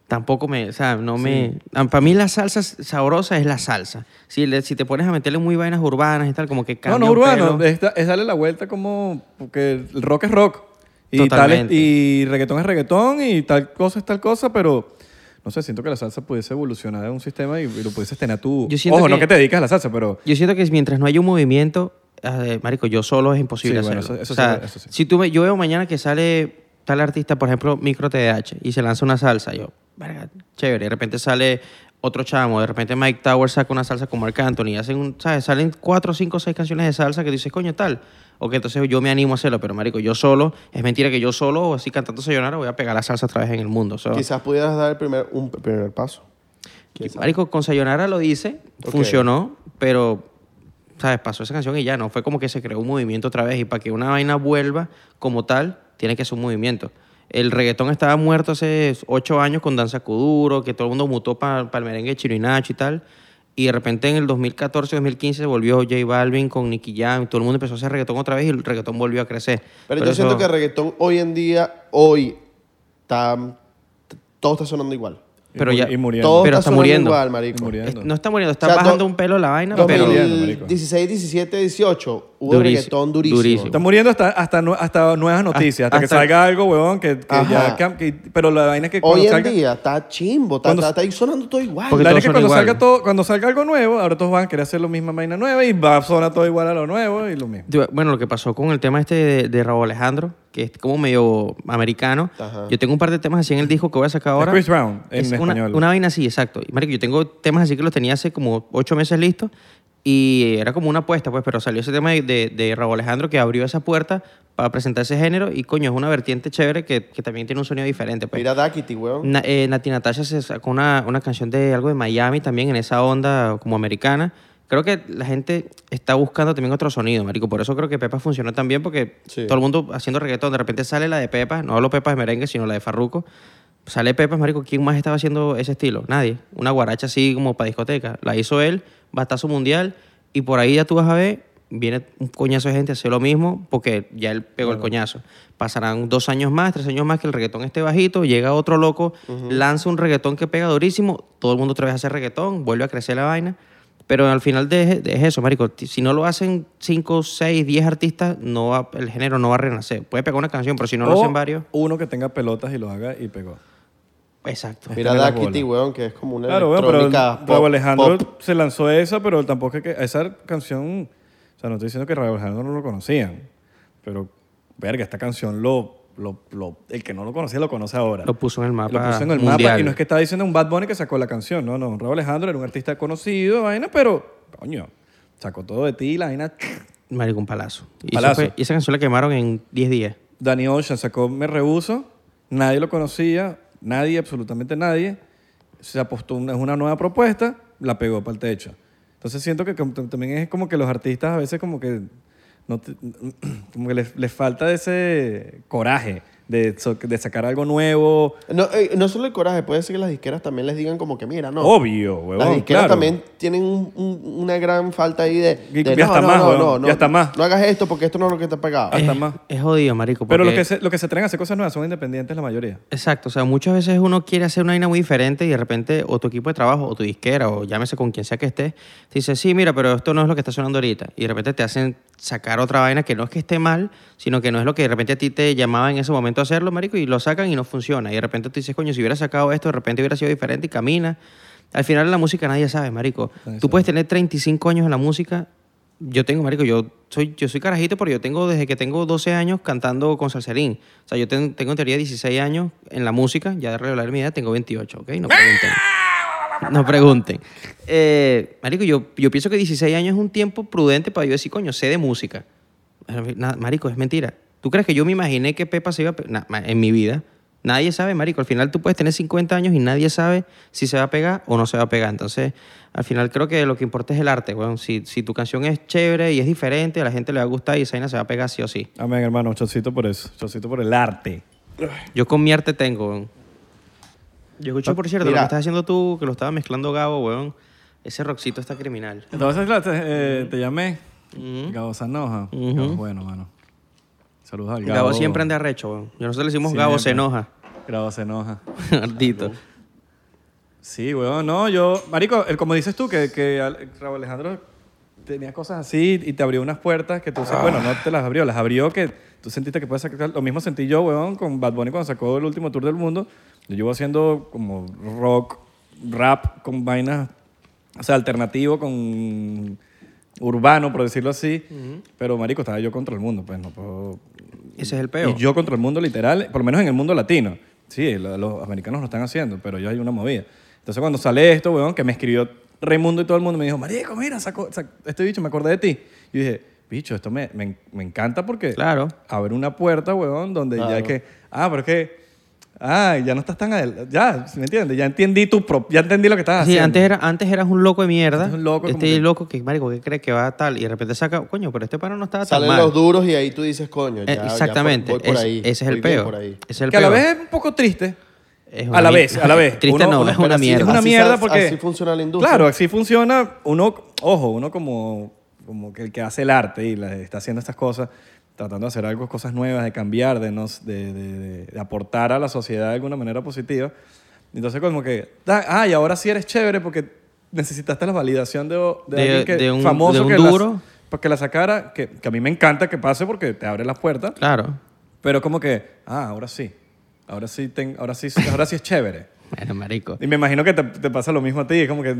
tampoco me, o sea, no me... Para mí la salsa sabrosa es la salsa. Si, le- si te pones a meterle muy vainas urbanas y tal, como que No, cambia no, un urbano. pelo. Es, da- es darle la vuelta como. Porque el rock es rock. Y, tal es- Totalmente. y reggaetón es reggaetón y tal cosa es tal cosa, pero. No sé, siento que la salsa pudiese evolucionar en un sistema y, y lo pudieses tener tú. Yo siento Ojo, no que- que te dedicas a la salsa, pero. Yo siento que mientras no haya un movimiento, eh, marico, yo solo es imposible Sí, bueno, hacerlo. eso- eso o sea, sí, eso sí. si tú me- yo veo mañana que sale tal artista, por ejemplo, Micro TDH, y se lanza una salsa, yo, verga, chévere, de repente sale otro chamo, de repente Mike Tower saca una salsa con Marc Anthony, hacen un, ¿sabes? Salen cuatro, cinco, seis canciones de salsa que dices, coño, tal. O que entonces yo me animo a hacerlo, pero marico, yo solo, es mentira que yo solo, así cantando Sayonara, voy a pegar la salsa otra vez en el mundo. so- Quizás pudieras dar el primer, un primer paso. ¿Quién sabe? Marico, con Sayonara lo hice, Ok. funcionó, pero, ¿sabes? Pasó esa canción y ya, no fue como que se creó un movimiento otra vez. Y para que una vaina vuelva como tal, tiene que ser un movimiento. El reggaetón estaba muerto hace ocho años con Danza Kuduro, que todo el mundo mutó para el merengue Chino y Nacho y tal. Y de repente en el 2014, 2015 se volvió J Balvin con Nicky Jam. y Todo el mundo empezó a hacer reggaetón otra vez y el reggaetón volvió a crecer. Pero, yo eso- siento que el reggaetón hoy en día, hoy, está, todo está sonando igual. Pero y, ya- y muriendo. Todo Pero está, está sonando muriendo. igual, marico. Muriendo. es- No está muriendo, está O sea, bajando do- un pelo la vaina, pero... 2016, 17, 18, hubo Durísimo. reggaetón durísimo. Durísimo. Está muriendo hasta, hasta, nue- hasta nuevas noticias, hasta, que hasta- salga algo, huevón, que, que ya... Ajá. cam- que- pero la vaina es que cuando Hoy en salga... día está chimbo, está, Cuando- está, está ahí sonando todo igual. Porque la vaina es todos que son cuando salga, iguales. todo, cuando salga algo nuevo, ahora todos van a querer hacer lo misma vaina nueva y va a sonar todo igual a lo nuevo y lo mismo. Tú- Bueno, lo que pasó con el tema este de, de Raúl Alejandro, que es como medio americano. Ajá. Yo tengo un par de temas así en el disco que voy a sacar ahora. Chris Brown, en Es una, español. una vaina así, exacto. Y, marico, yo tengo temas así que los tenía hace como ocho meses listos y era como una apuesta, pues, pero salió ese tema de, de, de Raúl Alejandro que abrió esa puerta para presentar ese género y, coño, es una vertiente chévere que, que también tiene un sonido diferente. Pues. Mira Dakity, weón. Na- eh, Nati Natasha se sacó una, una canción de algo de Miami también en esa onda como americana. Creo que la gente está buscando también otro sonido, marico. Por eso creo que Pepa funcionó también porque Sí. todo el mundo haciendo reggaetón. De repente sale la de Pepa, no hablo Pepa de merengue, sino la de Farruco. Sale Pepa, marico, ¿quién más estaba haciendo ese estilo? Nadie. Una guaracha así como para discoteca. La hizo él, Bastazo Mundial. Y por ahí ya tú vas a ver, viene un coñazo de gente a hacer lo mismo porque ya él pegó el coñazo. Pasarán dos años más, tres años más que el reggaetón esté bajito, llega otro loco, lanza un reggaetón que pega durísimo, todo el mundo otra vez hace reggaetón, vuelve a crecer la vaina. Pero al final de, de- es eso, marico. Ti- Si no lo hacen cinco, seis, diez artistas, no va- el género no va a renacer. Puede pegar una canción, pero si no lo O hacen varios... uno que tenga pelotas y lo haga y pegó. Exacto. Mira Tiene la Dakity, weón, que es como una Claro, weón, pero electrónica pop- Raúl Alejandro pop. se lanzó esa, pero tampoco es que esa canción, o sea, no estoy diciendo que Raúl Alejandro no lo conocían, pero verga, esta canción lo, lo, lo- el que no lo conocía lo conoce ahora. Lo puso en el mapa Lo puso en el mapa mundial. y no es que estaba diciendo un Bad Bunny que sacó la canción, no, no, Raúl Alejandro era un artista conocido, vaina, pero coño, sacó todo de ti, la vaina. Marico, un palazo. Y, eso Palazo. fue- y esa canción la quemaron en 10 días. Danny Ocean sacó Me Rehuso, nadie lo conocía, nadie, absolutamente nadie. Se apostó a una, una nueva propuesta, la pegó para el techo. Entonces siento que como t- también es como que los artistas a veces como que, no te- como que les, les falta ese coraje de, so- de sacar algo nuevo. No, eh, no solo el coraje, puede ser que las disqueras también les digan como que, mira, no. Obvio, huevón, Las disqueras claro. también tienen un- un- una gran falta ahí de. Y de, ya no, está no, más, no, huevón, no, no, ya está más. No hagas esto porque esto no es lo que te pagaba. Hasta es, más. es jodido, marico. Pero los porque- que, se, los que se atreven a hacer cosas nuevas son independientes la mayoría. Exacto, o sea, muchas veces uno quiere hacer una vaina muy diferente y de repente o tu equipo de trabajo o tu disquera o llámese con quien sea que estés, te dice, sí, mira, pero esto no es lo que está sonando ahorita. Y de repente te hacen sacar otra vaina que no es que esté mal, sino que no es lo que de repente a ti te llamaba en ese momento a hacerlo, marico, y lo sacan y no funciona. Y de repente tú dices, coño, si hubiera sacado esto, de repente hubiera sido diferente y camina. Al final la música nadie sabe, marico. Tú puedes tener 35 años en la música yo tengo, marico, yo soy, yo soy carajito, pero yo tengo desde que tengo 12 años cantando con salserín. O sea, yo ten- tengo en teoría 16 años en la música, ya de revelar mi edad tengo 28, ¿ok? No pregunten. No pregunten. Eh, marico, yo, yo pienso que 16 años es un tiempo prudente para yo decir, coño, sé de música. Na- Marico, es mentira. ¿Tú crees que yo me imaginé que Pepa se iba a... pe- Na- ma- en mi vida? Nadie sabe, marico. Al final tú puedes tener 50 años y nadie sabe si se va a pegar o no se va a pegar. Entonces, al final creo que lo que importa es el arte, weón. Si, si tu canción es chévere y es diferente, a la gente le va a gustar y esa vaina se va a pegar sí o sí. Amén, hermano, chocito por eso, chocito por el arte. Yo con mi arte tengo, weón. Yo escuché, por cierto, lo Mira. que estás haciendo tú, que lo estaba mezclando Gabo, weón. Ese rockcito está criminal. Entonces la- te, eh, te llamé. Gabo Sanoja. Gabo es bueno, mano. Saludos al Gabo, Gabo. siempre anda arrecho, weón. Yo nosotros le decimos Siempre. Gabo se enoja. Gabo se enoja. Maldito. Sí, weón, no, yo, marico, el- como dices tú, que, que Al- Raúl Alejandro tenía cosas así y te abrió unas puertas que tú, sa- bueno, no te las abrió, las abrió que tú sentiste que puedes sacar, lo mismo sentí yo, weón, con Bad Bunny cuando sacó el último tour del mundo, yo llevo haciendo como rock, rap, con vainas, o sea, alternativo, con urbano, por decirlo así, pero marico, estaba yo contra el mundo, pues no puedo... Ese es el peo. Y yo contra el mundo literal, por lo menos en el mundo latino. Sí, lo- los americanos lo están haciendo, pero yo hay una movida. Entonces cuando sale esto, weón, que me escribió Raimundo y todo el mundo, me dijo, marico, mira, sacó, sac- este bicho, me acordé de ti. Y dije, bicho, esto me, me en- me encanta porque Claro. abre una puerta, weón, donde ya es que, ah, pero es que, ah, ya no estás tan, adel- ya, ¿sí ¿me entiendes? Ya entendí tu prop- ya entendí lo que estabas Sí, haciendo. antes, era, antes eras un loco de mierda. Ah, Antes un loco este como que- loco que, marico, que cree que va a tal. Y de repente saca, coño, pero este paro no estaba tan Salen mal. los duros y ahí tú dices, coño, ya, Eh, ya voy- Exactamente. voy por Es- ahí, ese es el voy bien peo. por ahí. Ese es el que a la peo. vez es un poco triste. Es a una la mier- vez, a la vez. Triste no, es pero una así- mierda. Es una Así mierda sabes- porque... así funciona la industria. Claro, así funciona. Uno, ojo, uno como, como que el que hace el arte y la- está haciendo estas cosas, tratando de hacer algo, cosas nuevas, de cambiar, de, nos, de, de- de- de aportar a la sociedad de alguna manera positiva. Entonces como que, da- ah, y ahora sí eres chévere porque necesitaste la validación de, de De- alguien que, de un- famoso de un que, la- duro. porque la sacara, que, que a mí me encanta que pase porque te abre las puertas. Claro. Pero como que, ah, ahora sí. Ahora sí, ten- ahora sí, ahora sí es chévere. Bueno, marico. Y me imagino que te, te pasa lo mismo a ti. Es como que...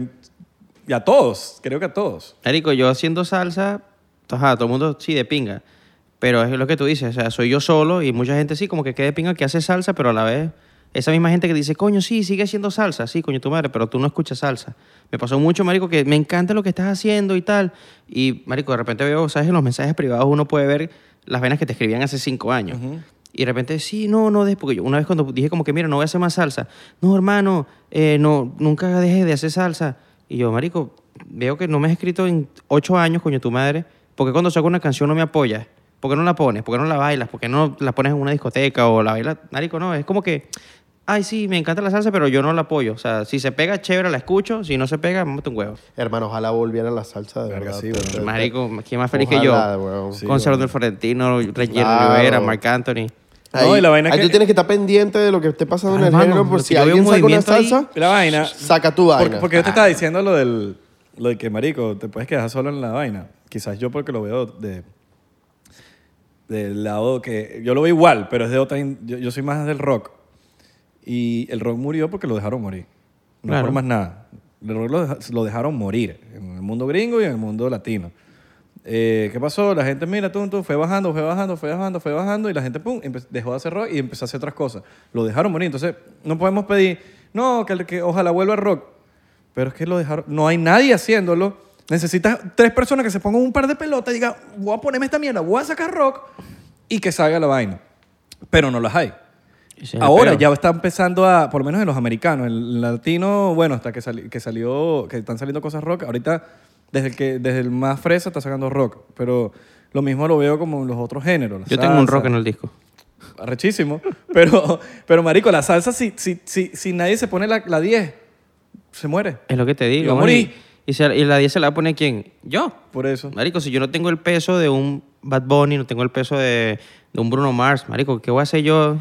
Y a todos. Creo que a todos. Marico, yo haciendo salsa, ajá, todo el mundo sí de pinga. Pero es lo que tú dices, o sea, soy yo solo y mucha gente sí, como que quede pinga que hace salsa, pero a la vez, esa misma gente que dice, coño, sí, sigue haciendo salsa, sí, coño, tu madre, pero tú no escuchas salsa. Me pasó mucho, Marico, que me encanta lo que estás haciendo y tal. Y, Marico, de repente veo, ¿sabes? En los mensajes privados uno puede ver las venas que te escribían hace cinco años. Y de repente, sí, no, no, dejes, porque yo una vez cuando dije como que, mira, no voy a hacer más salsa. No, hermano, eh, no, nunca dejes de hacer salsa. Y yo, marico, veo que no me has escrito en ocho años, coño, tu madre. ¿Por qué cuando saco una canción no me apoyas? ¿Por qué no la pones? ¿Por qué no la bailas? ¿Por qué no la pones en una discoteca o la bailas? Marico, no, es como que, ay, sí, me encanta la salsa, pero yo no la apoyo. O sea, si se pega, chévere, la escucho. Si no se pega, mate un huevo. Hermano, ojalá volviera la salsa de verdad. sí, te- weón. te- Marico, ¿quién más feliz Ojalá, que yo? weón. Sí, Con weón. del Florentino, Reggie Claro. Rivera, Marc Anthony. Ahí, No, y la vaina es ahí que- Ah, tú tienes que estar pendiente de lo que esté pasando en el Hermano, género por lo que si yo veo alguien en saca una movimiento ahí- Ah. salsa. Y la vaina... Saca tu vaina. Porque, porque yo te estaba diciendo lo del... Lo de que, marico, te puedes quedar solo en la vaina. Quizás yo porque lo veo de... Del lado que... Yo lo veo igual, pero es de otra... in- Yo, yo soy más del rock. Y el rock murió porque lo dejaron morir. No Claro. por más nada. El rock lo, deja- lo dejaron morir en el mundo gringo y en el mundo latino. Eh, ¿Qué pasó? La gente, mira, tú, tú, fue bajando, fue bajando, fue bajando, fue bajando y la gente, pum, empe- dejó de hacer rock y empezó a hacer otras cosas. Lo dejaron morir. Entonces, no podemos pedir, no, que, el- que ojalá vuelva el rock. Pero es que lo dejaron, no hay nadie haciéndolo. Necesitas tres personas que se pongan un par de pelotas y digan, voy a ponerme esta mierda, voy a sacar rock y que salga la vaina. Pero no las hay. Ese es el Ahora peo. ya está empezando a, por lo menos en los americanos, el latino, bueno, hasta que, sali- que salió, que están saliendo cosas rock. Ahorita, desde el, que, desde el más fresa está sacando rock, pero lo mismo lo veo como en los otros géneros. la Yo tengo un salsa, rock en el disco. Arrechísimo. Pero, pero marico, la salsa, si, si, si, si nadie se pone la la 10, se muere. Es lo que te digo. Yo man. morí. Y, se- y la 10 se la pone quién? Yo. Por eso. Marico, si yo no tengo el peso de un Bad Bunny, no tengo el peso de, de un Bruno Mars, marico, ¿qué voy a hacer yo?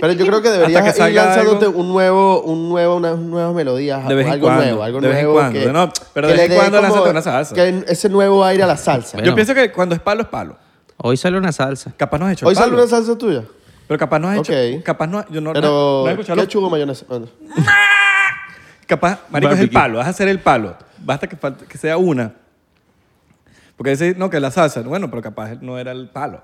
Pero yo creo que Hasta deberías que ir salga lanzándote algo. un nuevo, un nuevo, unas nuevas melodías, De vez en algo cuando, nuevo, algo de vez en nuevo. cuando. que- No, pero que de vez en le dé cuando como- lánzate una salsa. Que ese nuevo aire a la salsa. Bueno. Yo pienso que cuando es palo, es palo. Hoy sale una salsa. Capaz no has hecho el Hoy sale palo, una salsa tuya. Pero capaz no has hecho... Ok. Capaz no... Yo no, no- Pero no he escuchado los- ketchup o mayonesa. Bueno. Capaz, marico, es el Barbecue. palo. Vas a hacer el palo. Basta que, falte- que sea una. Porque dice, no, que la salsa. Bueno, pero capaz no era el palo.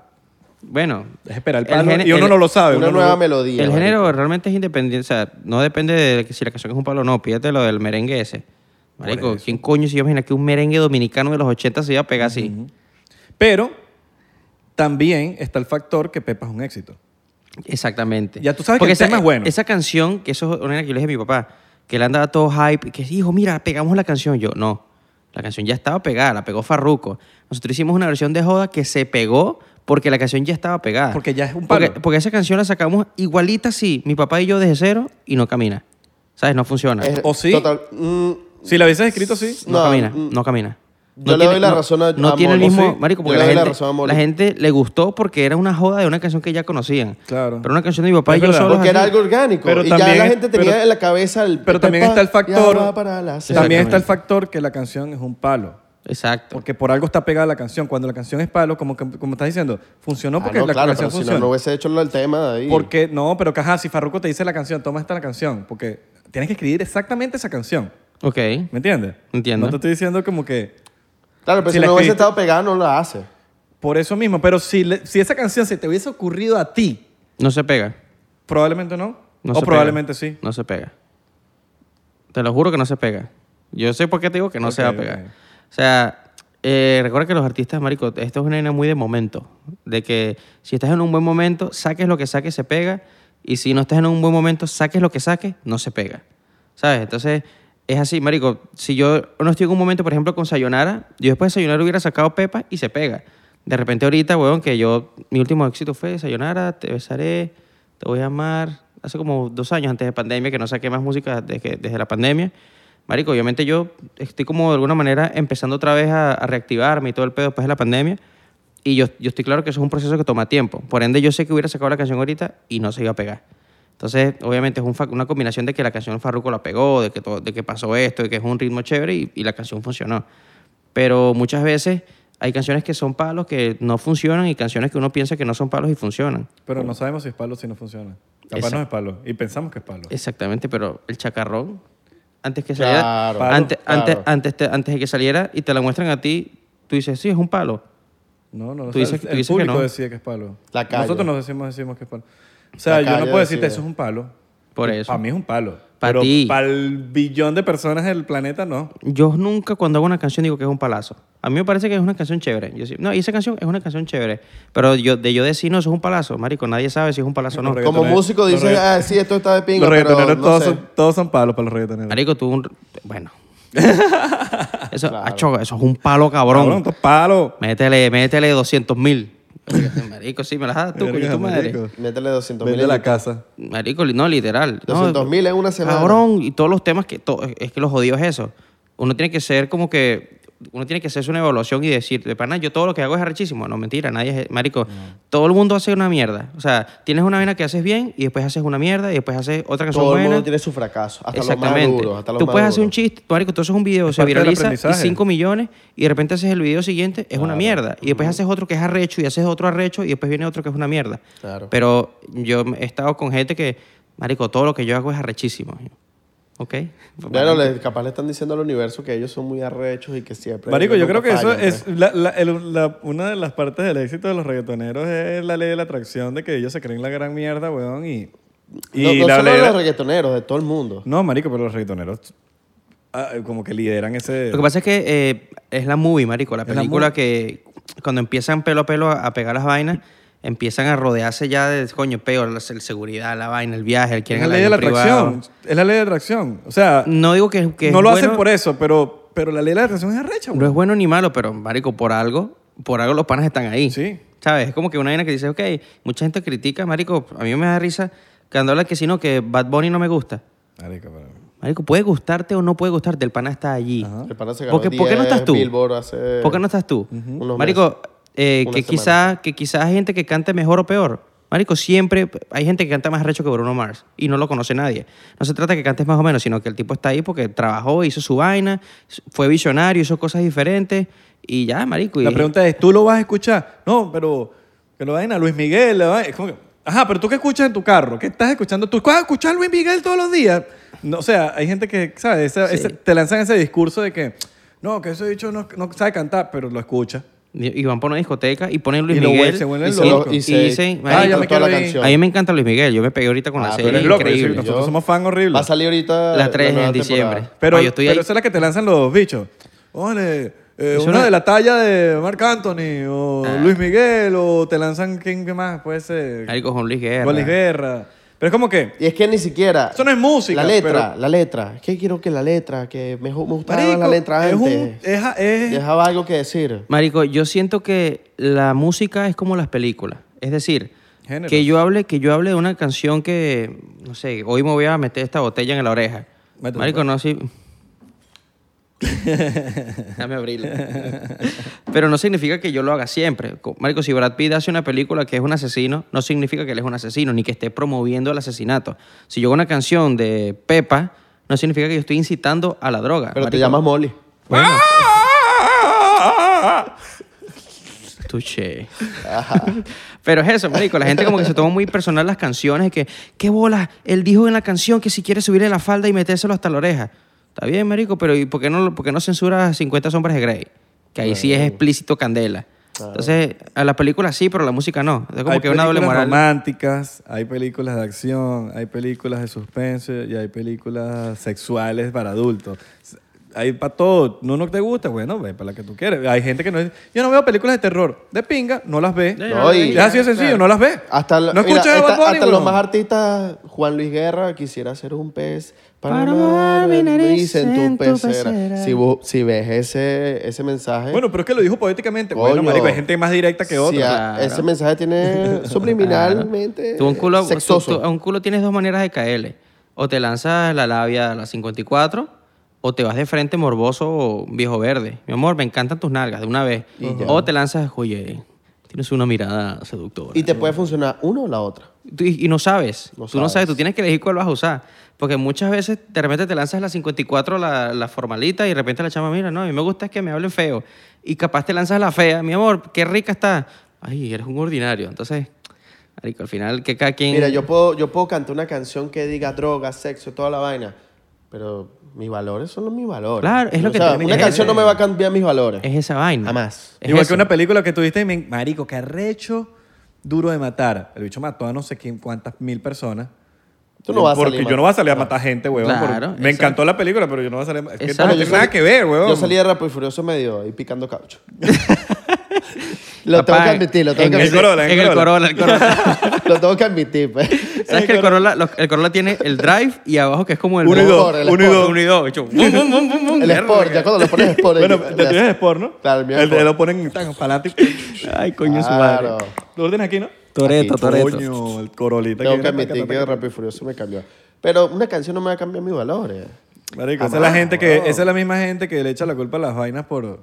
Bueno. Es esperar el el palo. gene- y uno el- no lo sabe. Una uno no nueva lo- melodía. el marico. género realmente es independiente, o sea, no depende de que si la canción es un palo o no, pídete lo del merengue ese. Marico, ¿quién coño se iba a imaginar que un merengue dominicano de los 80 se iba a pegar así? Pero también está el factor que Pepa es un éxito. Exactamente. Ya tú sabes que el tema es bueno. Esa canción, que eso es una que yo le dije a mi papá, que le andaba todo hype, que dijo, mira, pegamos la canción. Yo, no, la canción ya estaba pegada, la pegó Farruco. Nosotros hicimos una versión de joda que se pegó porque la canción ya estaba pegada. Porque ya es un Porque- palo. porque esa canción la sacamos igualita, sí, mi papá y yo desde cero y no camina. ¿Sabes? No funciona. Es- ¿O sí? Total, mm, Si la hubieses escrito así, no, no, camina, mm. no camina. Yo le doy la razón a- No a tiene el Mono, mismo. sí. Marico, Yo porque le la doy la gente, razón a Mono. la gente le gustó porque era una joda de una canción que ya conocían. Claro. Pero una canción de mi papá Es y yo verdad. solo. Porque era algo orgánico. Pero y también ya la es- gente tenía pero- en la cabeza el. Pero también pa, está el pa, factor. ya va para la cena. También Exactamente. está el factor que la canción es un palo. Exacto. Porque por algo está pegada la canción. Cuando la canción es palo, como, que- como estás diciendo, funcionó Ah, porque no, la claro, canción pero si funciona. no, no hubiese hecho el tema de ahí. Porque, no, pero caja, si Farruko te dice la canción, toma esta la canción. Porque tienes que escribir exactamente esa canción. Ok. ¿Me entiendes? Entiendo. No te estoy diciendo como que. Claro, pero si si, la no hubiese escribiste- estado pegada, no la hace. Por eso mismo. Pero si, le- si esa canción se te hubiese ocurrido a ti, No se pega. probablemente no. No o se pega. probablemente sí. No se pega. Te lo juro que no se pega. Yo sé por qué te digo que no se Ok, va a pegar. ok. O sea, eh, recuerda que los artistas, marico, esto es una vaina muy de momento. De que si estás en un buen momento, saques lo que saques, se pega. Y si no estás en un buen momento, saques lo que saques, no se pega. ¿Sabes? Entonces, es así, marico. Si yo no estoy en un momento, por ejemplo, con Sayonara, yo después de Sayonara hubiera sacado Pepa y se pega. De repente ahorita, weón, que yo, mi último éxito fue Sayonara, Te Besaré, Te Voy a Amar. Hace como dos años antes de pandemia, que no saqué más música desde, desde la pandemia. Marico, obviamente yo estoy como de alguna manera empezando otra vez a, a reactivarme y todo el pedo después de la pandemia. Y yo, yo estoy claro que eso es un proceso que toma tiempo. Por ende, yo sé que hubiera sacado la canción ahorita y no se iba a pegar. Entonces, obviamente es un fa- una combinación de que la canción Farruko la pegó, de que, todo- de que pasó esto, de que es un ritmo chévere y, y la canción funcionó. Pero muchas veces hay canciones que son palos que no funcionan y canciones que uno piensa que no son palos y funcionan. Pero no sabemos si es palo o si no funciona. Capaz Exacto. no es palo. Y pensamos que es palo. Exactamente, pero el chacarrón, antes que saliera, Claro. antes, Claro. antes, antes, te- antes de que saliera y te la muestran a ti, tú dices, sí, es un palo. No, no, no. Tú o sea, dices- el- tú el dices que público no. decide que es palo. La calle. Nosotros nos decimos, decimos que es palo. O sea, La yo no calle puedo decirte, decide. eso es un palo. Por eso. Para mí es un palo. Pa' Pero ti. Para el billón de personas del planeta, no. Yo nunca cuando hago una canción digo que es un palazo. A mí me parece que es una canción chévere. Yo sí- no, y esa canción es una canción chévere. Pero yo, de yo decir, no, eso es un palazo, marico, nadie sabe si es un palazo o no. Los Como reggaetoneros- músico los dices, regga- ah, sí, esto está de pinga. los reggaetoneros pero no todos, sé. son, todos son palos para los reggaetoneros. Marico, tú un... Bueno. Eso, acho, eso es un palo cabrón. Cabrón, esto es palo. Métele, métele 200 mil. Marico, sí, me las das tú, coño, Verga, tu madre. marico. Métele 200 mil. Vende la casa. Marico, li- no, literal. No, 200.000 en una semana. Cabrón, y todos los temas que... to- es que los jodidos es eso. Uno tiene que ser como que... Uno tiene que hacerse una evaluación y decir, de pana, yo todo lo que hago es arrechísimo. No, mentira, nadie es... Marico, todo el mundo hace una mierda. O sea, tienes una vaina que haces bien y después haces una mierda y después haces otra canción Todo el buena. mundo tiene su fracaso. Hasta los más Exactamente. duros. Hasta los Tú más puedes hacer duros. un chiste, tú, marico, tú haces un video, se parte del viraliza y aprendizaje. 5 millones y de repente haces el video siguiente, es una mierda. Y después haces otro que es arrecho y haces otro arrecho y después viene otro que es una mierda. Claro. Pero yo he estado con gente que, marico, todo lo que yo hago es arrechísimo. ¿Ok? Bueno, le- capaz le están diciendo al universo que ellos son muy arrechos y que siempre. Marico, yo nunca creo que eso fallan, pues. es la- la- el- la- una de las partes del éxito de los reggaetoneros es la ley de la atracción de que ellos se creen la gran mierda, weón, y, No, y no la solo ley de de- los reggaetoneros, de todo el mundo. No, marico, pero los reggaetoneros ah, como que lideran ese... Lo que pasa es que eh, es la movie, marico, la la película movie. que cuando empiezan pelo a pelo a, a pegar las vainas, empiezan a rodearse ya de, coño, peor, la, el seguridad, la vaina, el viaje, el es quieren la al ley de la avión privado. atracción. Es la ley de atracción. O sea, No digo que, que es no lo bueno. hacen por eso, pero, pero la ley de la atracción es arrecha, No es weón. bueno ni malo, pero, marico, por algo, por algo los panas están ahí. Sí. ¿Sabes? Es como que una vaina que dice, ok, mucha gente critica, marico, a mí me da risa cuando habla que si no, que Bad Bunny no me gusta. Marico, pero... Marico, puede gustarte o no puede gustarte, el pana está allí. El pana se ganó ¿Por qué, por qué no 10 estás tú? Billboard hace ¿Por qué no estás tú? Eh, unos Marico, eh, Una que semana. quizás que quizá hay gente que cante mejor o peor. Marico, siempre hay gente que canta más recho que Bruno Mars y no lo conoce nadie. No se trata que cantes más o menos, sino que el tipo está ahí porque trabajó, hizo su vaina, fue visionario, hizo cosas diferentes y ya, marico. y- La pregunta es, ¿tú lo vas a escuchar? No, pero que lo vayan a Luis Miguel. la vaina- es como que, ajá, pero tú qué escuchas en tu carro? ¿Qué estás escuchando tú? ¿Vas a escuchar a Luis Miguel todos los días? No, o sea, hay gente que, ¿sabes? Esa- ese- te lanzan ese discurso de que, no, que ese dicho no, no sabe cantar, pero lo escucha. Y van por una discoteca y ponen Luis Y lo vuel- Miguel. se vuelven Y se locos. lo- y y se dicen, canta Ah, ya me marico, toda la quiero ir. canción. a mí me encanta Luis Miguel. Yo me pegué ahorita con Ah, la pero serie. eres loco, increíble. sí, nosotros somos fan horrible. Va a salir ahorita. La 3 nueva en diciembre. temporada. Pero, Ah, yo estoy pero ahí. esa es la que te lanzan los bichos. Ole, eh, Eso una no- de la talla de Marc Anthony o Ah. Luis Miguel o te lanzan, ¿quién qué más? Puede ser... Marico, con Luis Guerra. Golis Guerra. Pero es como que... Y es que ni siquiera. Eso no es música, La letra, pero- la letra. Es que quiero que la letra, que me, ju- me gustaba Marico, la letra es antes. un- es a- es- Dejaba algo que decir. Marico, yo siento que la música es como las películas. Es decir, Géneros. que yo hable, que yo hable de una canción que, no sé, hoy me voy a meter esta botella en la oreja. Métete, Marico, no, sí. Déjame abrirlo. Pero no significa que yo lo haga siempre. Co- Marico, si Brad Pitt hace una película que es un asesino, no significa que él es un asesino, ni que esté promoviendo el asesinato. Si yo hago una canción de Pepa, no significa que yo estoy incitando a la droga. Pero te marico. llamas Molly. Bueno, Touché. Pero es eso, marico. La gente como que se toma muy personal las canciones. Que, ¿qué bola? Él dijo en la canción que si quiere subirle la falda y metérselo hasta la oreja. Está bien, marico, pero ¿y por qué no, lo- por qué no censuras 50 sombras de Grey? Que ahí sí es explícito candela. Entonces, a la película sí, pero a la música no. Es como hay que una doble películas moral. románticas, hay películas de acción, hay películas de suspenso y hay películas sexuales para adultos. S- Hay para todo. No, no te gusta, bueno, ve para la que tú quieres. Hay gente que no dice, yo no veo películas de terror. De pinga, no las ve. No, No, y Es así de sencillo, no las ve. Hasta, la- no mira, escuchas el Bad esta- Bunny, hasta los weón. más artistas, Juan Luis Guerra quisiera ser un pez para, Para mojar mojar mi nariz en en tu tu pecera. pecera. Si, vos- si ves ese, ese mensaje. Bueno, pero es que lo dijo poéticamente. Bueno, coño, marico, hay gente más directa que si otra. a- Ese mensaje tiene subliminalmente. Tú a un culo, sexoso. tú- tú- a un culo tienes dos maneras de caerle. O te lanzas la labia a las 54 o te vas de frente morboso viejo verde. Mi amor, me encantan tus nalgas de una vez. O te lanzas, oye, tienes una mirada seductora. Y te puede funcionar uno o la otra. Tú- Y, y no sabes. No tú no sabes. sabes. Tú tienes que elegir cuál vas a usar. Porque muchas veces de repente te lanzas la 54, la, la formalita, y de repente la chama, mira, no, a mí me gusta es que me hablen feo. Y capaz te lanzas la fea, mi amor, qué rica está. Ay, eres un ordinario. Entonces, marico, al final que cada quien... Mira, yo puedo, yo puedo cantar una canción que diga droga, sexo, toda la vaina. Pero mis valores son los mis valores. Claro, es lo O que sea, te- Una es- canción no me va a cambiar mis valores. Es esa vaina. Jamás. Es Igual eso. que una película que tuviste, y me- marico, que arrecho, duro de matar. El bicho mató a no sé quién, cuántas mil personas. Tú no vas a Porque salir yo no mal. voy a salir a matar gente, huevón. Claro, porque me exacto. encantó la película, pero yo no voy a salir a matar. Es que Exacto. no tiene nada que ver, huevón. Yo salí de Rápido y Furioso medio y picando caucho. lo tengo que Papá, admitir, lo tengo en que el admitir. Corolla, en En el el Corolla, el Corolla. lo tengo que admitir, pues. ¿Sabes que el Corolla, los- el Corolla tiene el drive y abajo que es como el... Uno y dos, Sport, el uno y Sport. dos. Uno y dos. hecho, bum, bum, bum, bum, bum, El verga. Sport, ya cuando le pones Sport. Bueno, le- te le- tienes el sport, ¿no? Claro, el mío es El de Sport. lo ponen tan para adelante. Ay, coño, su madre. Claro. ¿Lo tienes aquí, no? Toreto, Coño, el corolita. Tengo que que viene, admitir taca, que taca, Rápido y Furioso me cambió. Pero una canción no me va a cambiar mis valores. taca. Marico, esa es Jamás, la gente que, huevón. esa es la misma gente que le echa la culpa a las vainas por,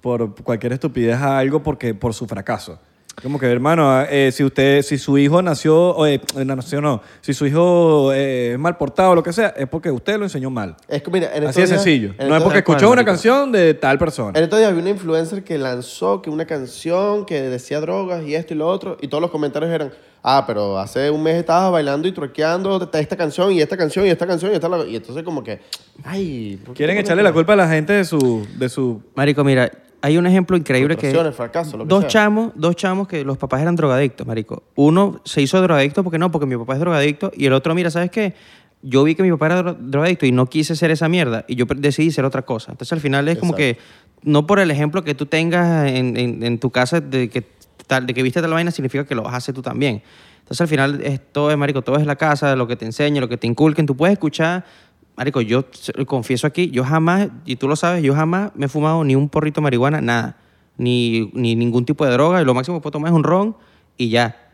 por cualquier estupidez a algo porque, por su fracaso. Como que, hermano, eh, si usted, si su hijo nació, o, eh, no nació no, si su hijo eh, es mal portado o lo que sea, es porque usted lo enseñó mal. Es que, mira, Así en de estos días- sencillo. en No es estos- porque Tal cual, escuchó una marico. canción de tal persona. En estos días había una influencer que lanzó que una canción que decía drogas y esto y lo otro, y todos los comentarios eran, ah, pero hace un mes estabas bailando y truqueando esta- esta canción y esta canción y esta canción y esta... la-". Y entonces como que, ay... ¿por qué Quieren te pones echarle la culpa a la gente de su, de su Marico, mira, hay un ejemplo increíble que... Frustraciones, fracaso, lo que dos sea. chamos, dos chamos que los papás eran drogadictos, marico. Uno se hizo drogadicto porque no, porque mi papá es drogadicto. Y el otro, mira, ¿sabes qué? Yo vi que mi papá era dro- drogadicto y no quise ser esa mierda. Y yo pre- decidí ser otra cosa. Entonces, al final es como que... No por el ejemplo que tú tengas en, en- en tu casa de que, tal, de que viste tal vaina significa que lo vas a hacer tú también. Entonces, al final, es, todo es, marico, todo es la casa, lo que te enseña, lo que te inculquen. Tú puedes escuchar Marico, yo se- confieso aquí, yo jamás, y tú lo sabes, yo jamás me he fumado ni un porrito de marihuana, nada. Ni, ni ningún tipo de droga. Y lo máximo que puedo tomar es un ron y ya.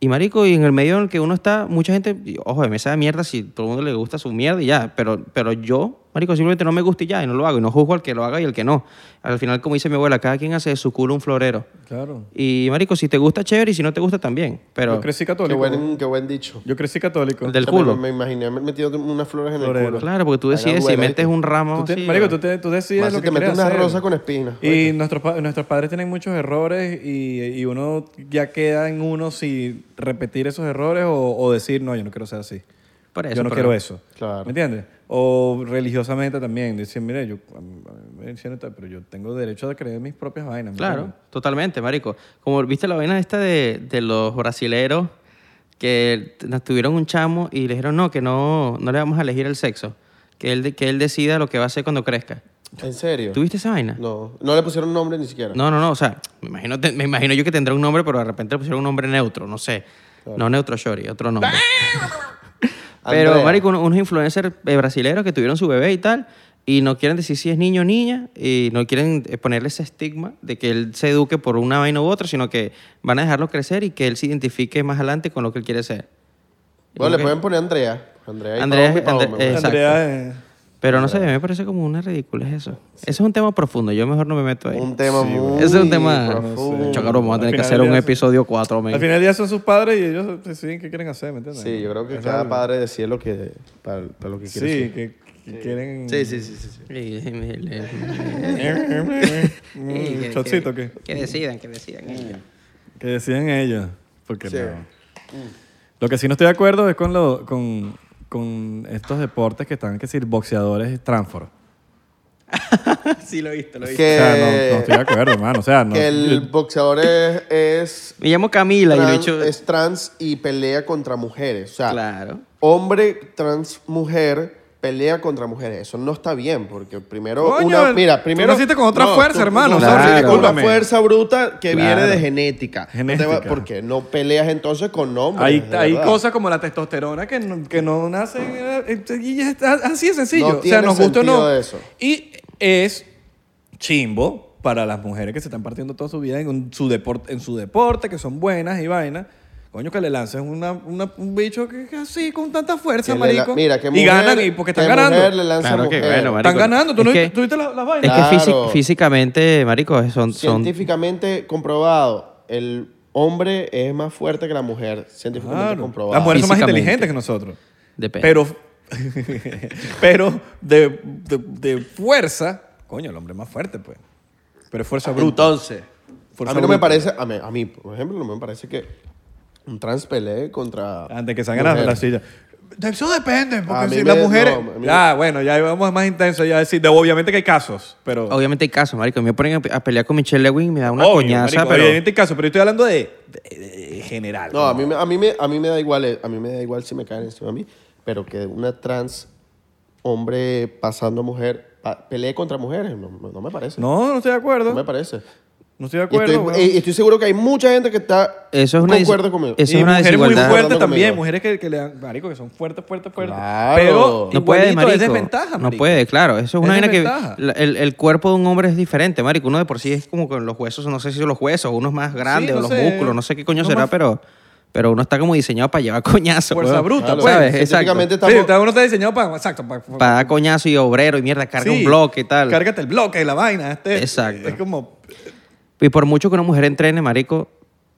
Y marico, y en el medio en el que uno está, mucha gente, y, ojo, de mesa de mierda, si todo el mundo le gusta su mierda y ya. Pero, pero yo, marico, simplemente no me gusta y ya, y no lo hago. Y no juzgo al que lo haga y al que no. Al final, como dice mi abuela, cada quien hace de su culo un florero. Claro. Y marico, si te gusta, chévere, y si no te gusta, también. Pero, Yo crecí Qué católico. buen, qué buen dicho. Yo crecí católico. Del O sea, culo. Me, me imaginé metido unas flores en Florero. el culo. claro, porque tú Vaina decides si duele, metes ¿viste? un ramo Tú te- así, marico, o- tú, te- tú decides Más lo si que te metes quieres una hacer. rosa con espinas. Y nuestros, pa- nuestros padres tienen muchos errores y, y uno ya queda en uno si repetir esos errores o, o decir, no, yo no quiero ser así. Por eso, yo no pero- quiero eso. Claro. ¿Me entiendes? O religiosamente también. Dicen, mire, yo, a mí- a mí me dicen tal, pero yo tengo derecho a creer mis propias vainas. ¿me Claro, entiendes? totalmente, marico. Como viste la vaina esta de, de los brasileros que t- tuvieron un chamo y le dijeron no, que no, no le vamos a elegir el sexo. Que él, de- que él decida lo que va a hacer cuando crezca. ¿En serio? ¿Tuviste esa vaina? No, no le pusieron nombre ni siquiera. No, no, no. O sea, me imagino, te- me imagino yo que tendrá un nombre, pero de repente le pusieron un nombre neutro, no sé. No neutro Shori, otro nombre. pero, Andrea. marico, unos, unos influencers eh, brasileros que tuvieron su bebé y tal, y no quieren decir si es niño o niña, y no quieren eh, ponerle ese estigma de que él se eduque por una vaina u otra, sino que van a dejarlo crecer y que él se identifique más adelante con lo que él quiere ser. Bueno, le Ok. pueden poner Andrea. Andrea y Andrea- Paloma y Paloma, Andre- güey. exacto. Andrea, eh, Pero no sé, a mí me parece como una ridícula eso. Eso es un tema profundo, yo mejor no me meto ahí. Un tema Sí, muy güey. Ese es un tema... profundo. Chacarón, vamos a tener Al que final hacer un ya- episodio 4, Al final del día son sus padres y ellos deciden qué quieren hacer, ¿me entiendes? Sí, yo creo que Es cada algo. padre decide lo que, para, para lo que quiere. Sí, que, que quieren... sí, sí, sí. Mm, ¿Chocito qué? Que decidan, que decidan. Que deciden ellos. Porque no. Mm. Lo que sí no estoy de acuerdo es con, lo, con, con estos deportes que están, que decir, boxeadores transfor. Sí, lo he visto, lo he visto. O Que, sea, no, no estoy de acuerdo, hermano. O sea, no. Eh, que el boxeador es, es, Me llamo Camila y lo he trans, hecho... es ah. trans y pelea contra mujeres. O sea, Claro. hombre trans mujer pelea contra mujeres. Eso no está bien, porque primero Coño, una, mira, tú primero naciste con otra fuerza, hermano, tú o sea, naciste con una discúlpame. fuerza bruta que Claro. viene de genética. No te va- Genética. porque no peleas entonces con hombres. Hay, de hay verdad. cosas como la testosterona que no, que no nacen. eh, eh, Y es a- así de sencillo. No o sea, tiene nos gusta o no. sentido eso. Y es chimbo para las mujeres que se están partiendo toda su vida en, un- su, deporte, en su deporte, que son buenas y vainas. Coño, que le lances una, una- un bicho que que así, con tanta fuerza, Que le la- marico. mira, que y mujer, ganan, y porque están que ganando. mujer le lanza Claro que mujer. bueno, marico. están ganando. Tú, no, es que- tú viste las, las Es vainas. que físi- Claro. físicamente, marico, son... son Científicamente comprobado, el hombre es más fuerte que la mujer. Científicamente Claro. comprobado. Las mujeres son más Físicamente. inteligentes que nosotros. depende. Pero, pero de, de- de fuerza, coño, el hombre más fuerte, pues. Pero es fuerza bruta. Entonces, Fuerza a mí no me bruta. parece, a mí, a mí, por ejemplo, no me parece que un trans pelee contra. Antes que salgan las mujeres. la silla. De Eso depende, A porque mí si me- las mujeres. no, a mí- ah, bueno, ya vamos más intenso. Ya decir, de- obviamente que hay casos, pero. Obviamente hay casos, marico. Me ponen a pe- a pelear con Michelle Lewin, me da una Obvio, coñaza, marico, pero... Obviamente hay casos, pero yo estoy hablando de, de- de general. No, a mí, me- a, mí me, a mí me da igual, eh, a mí me da igual si me caen encima a mí, pero que una trans hombre pasando a mujer pa- pelee contra mujeres, no, no- no me parece. No, no estoy de acuerdo. No me parece. No estoy de Y acuerdo. estoy, weón. y estoy seguro que hay mucha gente que está Eso es una... de dis- acuerdo conmigo. Eso y es una mujeres muy desigualdad. fuertes Hablando también, conmigo. mujeres que, que le dan, marico, que son fuertes, fuertes, fuertes. Claro. Pero No puede, igualito, marico. es desventaja, No marico. puede, claro. Eso es una Es vaina que... desventaja. la- El, el cuerpo de un hombre es diferente, marico. Uno de por sí es como con los huesos, no sé si son los huesos, uno es más grande Sí, no o los sé. músculos, no sé qué coño Uno será, más- pero... Pero uno está como diseñado para llevar coñazo. Fuerza weón. bruta, Claro, pues. ¿Sabes? Exacto. científicamente Sí, estamos- uno está diseñado para, exacto, para, Para dar coñazo y obrero y mierda, carga sí, un bloque y tal. Cárgate el bloque, la vaina. Este, Exacto. Es como, Y por mucho que una mujer entrene, marico,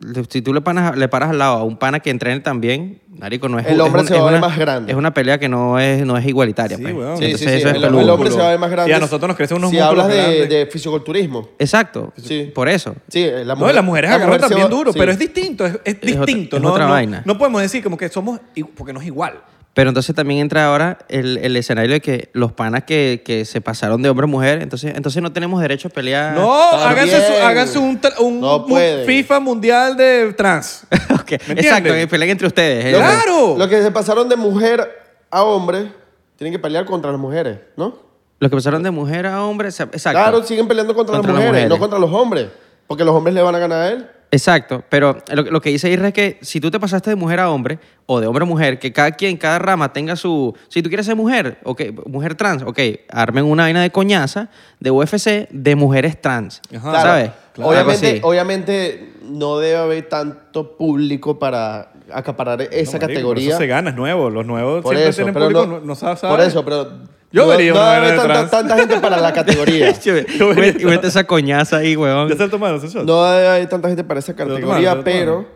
le- si tú le, panas- le paras al lado a un pana que entrene también, marico, no es El es hombre un- se es va a ver una- más grande. Es una pelea que no es, no es igualitaria. Sí, pues. weón. Sí, sí, Entonces sí, eso es el, el peludo. hombre se va a ver más grande. Y a nosotros nos crecen unos Si músculos hablas de, grandes. de fisiculturismo. Exacto. Sí. Por eso. Sí, eh, la no, mujer, las mujeres la agarran mujer se también va- duro, sí. pero es distinto, es, es otra- distinto. es no, otra no- vaig- no podemos decir como que somos, i- porque no es igual. Pero entonces también entra ahora el, el escenario de que los panas que, que se pasaron de hombre a mujer, entonces, entonces no tenemos derecho a pelear. No, háganse, su- Ah, bien. háganse un, tra- un, No un puede. FIFA mundial de trans. Ok, entiendes? Exacto, que peleen entre ustedes. eh. Lo que- ¡Claro! Lo que se pasaron de mujer a hombre, tienen que pelear contra las mujeres, ¿no? Los que pasaron de mujer a hombre, o sea, exacto. Claro, siguen peleando contra, Contra las, las mujeres, mujeres. no contra los hombres. Porque los hombres le van a ganar a él. Exacto, pero lo, lo que dice Isra es que si tú te pasaste de mujer a hombre o de hombre a mujer, que cada quien, cada rama tenga su... Si tú quieres ser mujer, ok, mujer trans, ok, armen una vaina de coñaza de UFC de mujeres trans, Ajá. Claro. ¿sabes? Algo Obviamente, así. obviamente no debe haber tanto público para acaparar esa No, marico, categoría. Por eso se gana, es nuevo. Los nuevos Por siempre eso, tienen pero público, no, no, no sabe- Por sabe. eso, pero Yo no, vería no una vaina debe haber de tanta, trans. tanta gente para la categoría. Yo vería- Y vete esa coñaza ahí, ¿Ya weón. se tomaron ese shot? No debe haber tanta gente para esa Pero toma, categoría, pero toma.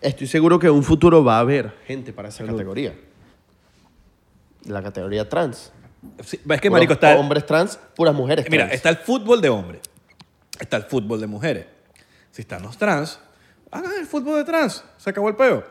pero estoy seguro que en un futuro va a haber gente para esa categoría. La categoría trans. Sí, es que, Puros marico, está... Hombres trans, puras mujeres trans. Mira, está el fútbol de hombres. Está el fútbol de mujeres. Si están los trans, hagan el fútbol de trans. Se acabó el peo.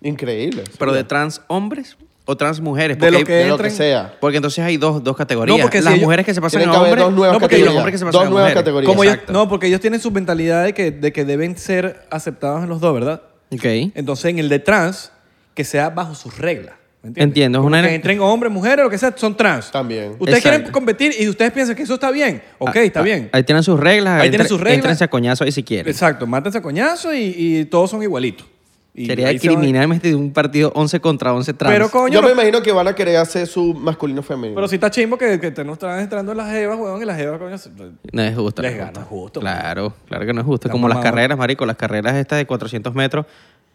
Increíble. Pero de trans hombres o trans mujeres. De porque lo hay- que de lo que entren- sea. Porque entonces hay dos, dos categorías. No, porque si Las ellos- mujeres que se pasan tienen a que haber hombres dos nuevas no, porque y los categorías. hombres que se pasan Dos a nuevas mujeres. categorías. Como ellos- Exacto. no, porque ellos tienen su mentalidad de que, de que deben ser aceptados en los dos, ¿verdad? Ok. Ah, Entonces, en el de trans, que sea bajo sus reglas. ¿me entiendes? Entiendo, es Como una- Que entren hombres, mujeres, lo que sea, son trans. También. Ustedes quieren Exacto. competir y ustedes piensan que eso está bien. Ok, está Ah, bien. Ahí tienen sus reglas. Ahí tienen entren- sus reglas. Entrense a coñazo ahí si quieren. Exacto, mátense a coñazo y, y todos son igualitos. Y Sería ahí se van- criminalmente de un partido 11 contra 11 trans. Pero coño, Yo no- me imagino que van a querer hacer su masculino femenino. Pero si está chimbo que, que te nos están entrando en las jevas, weón, y las jevas, coño. se- no es justo. Les no gana, justo, Claro, claro que no es justo. Están Como las mamados. carreras, marico, las carreras estas de 400 metros.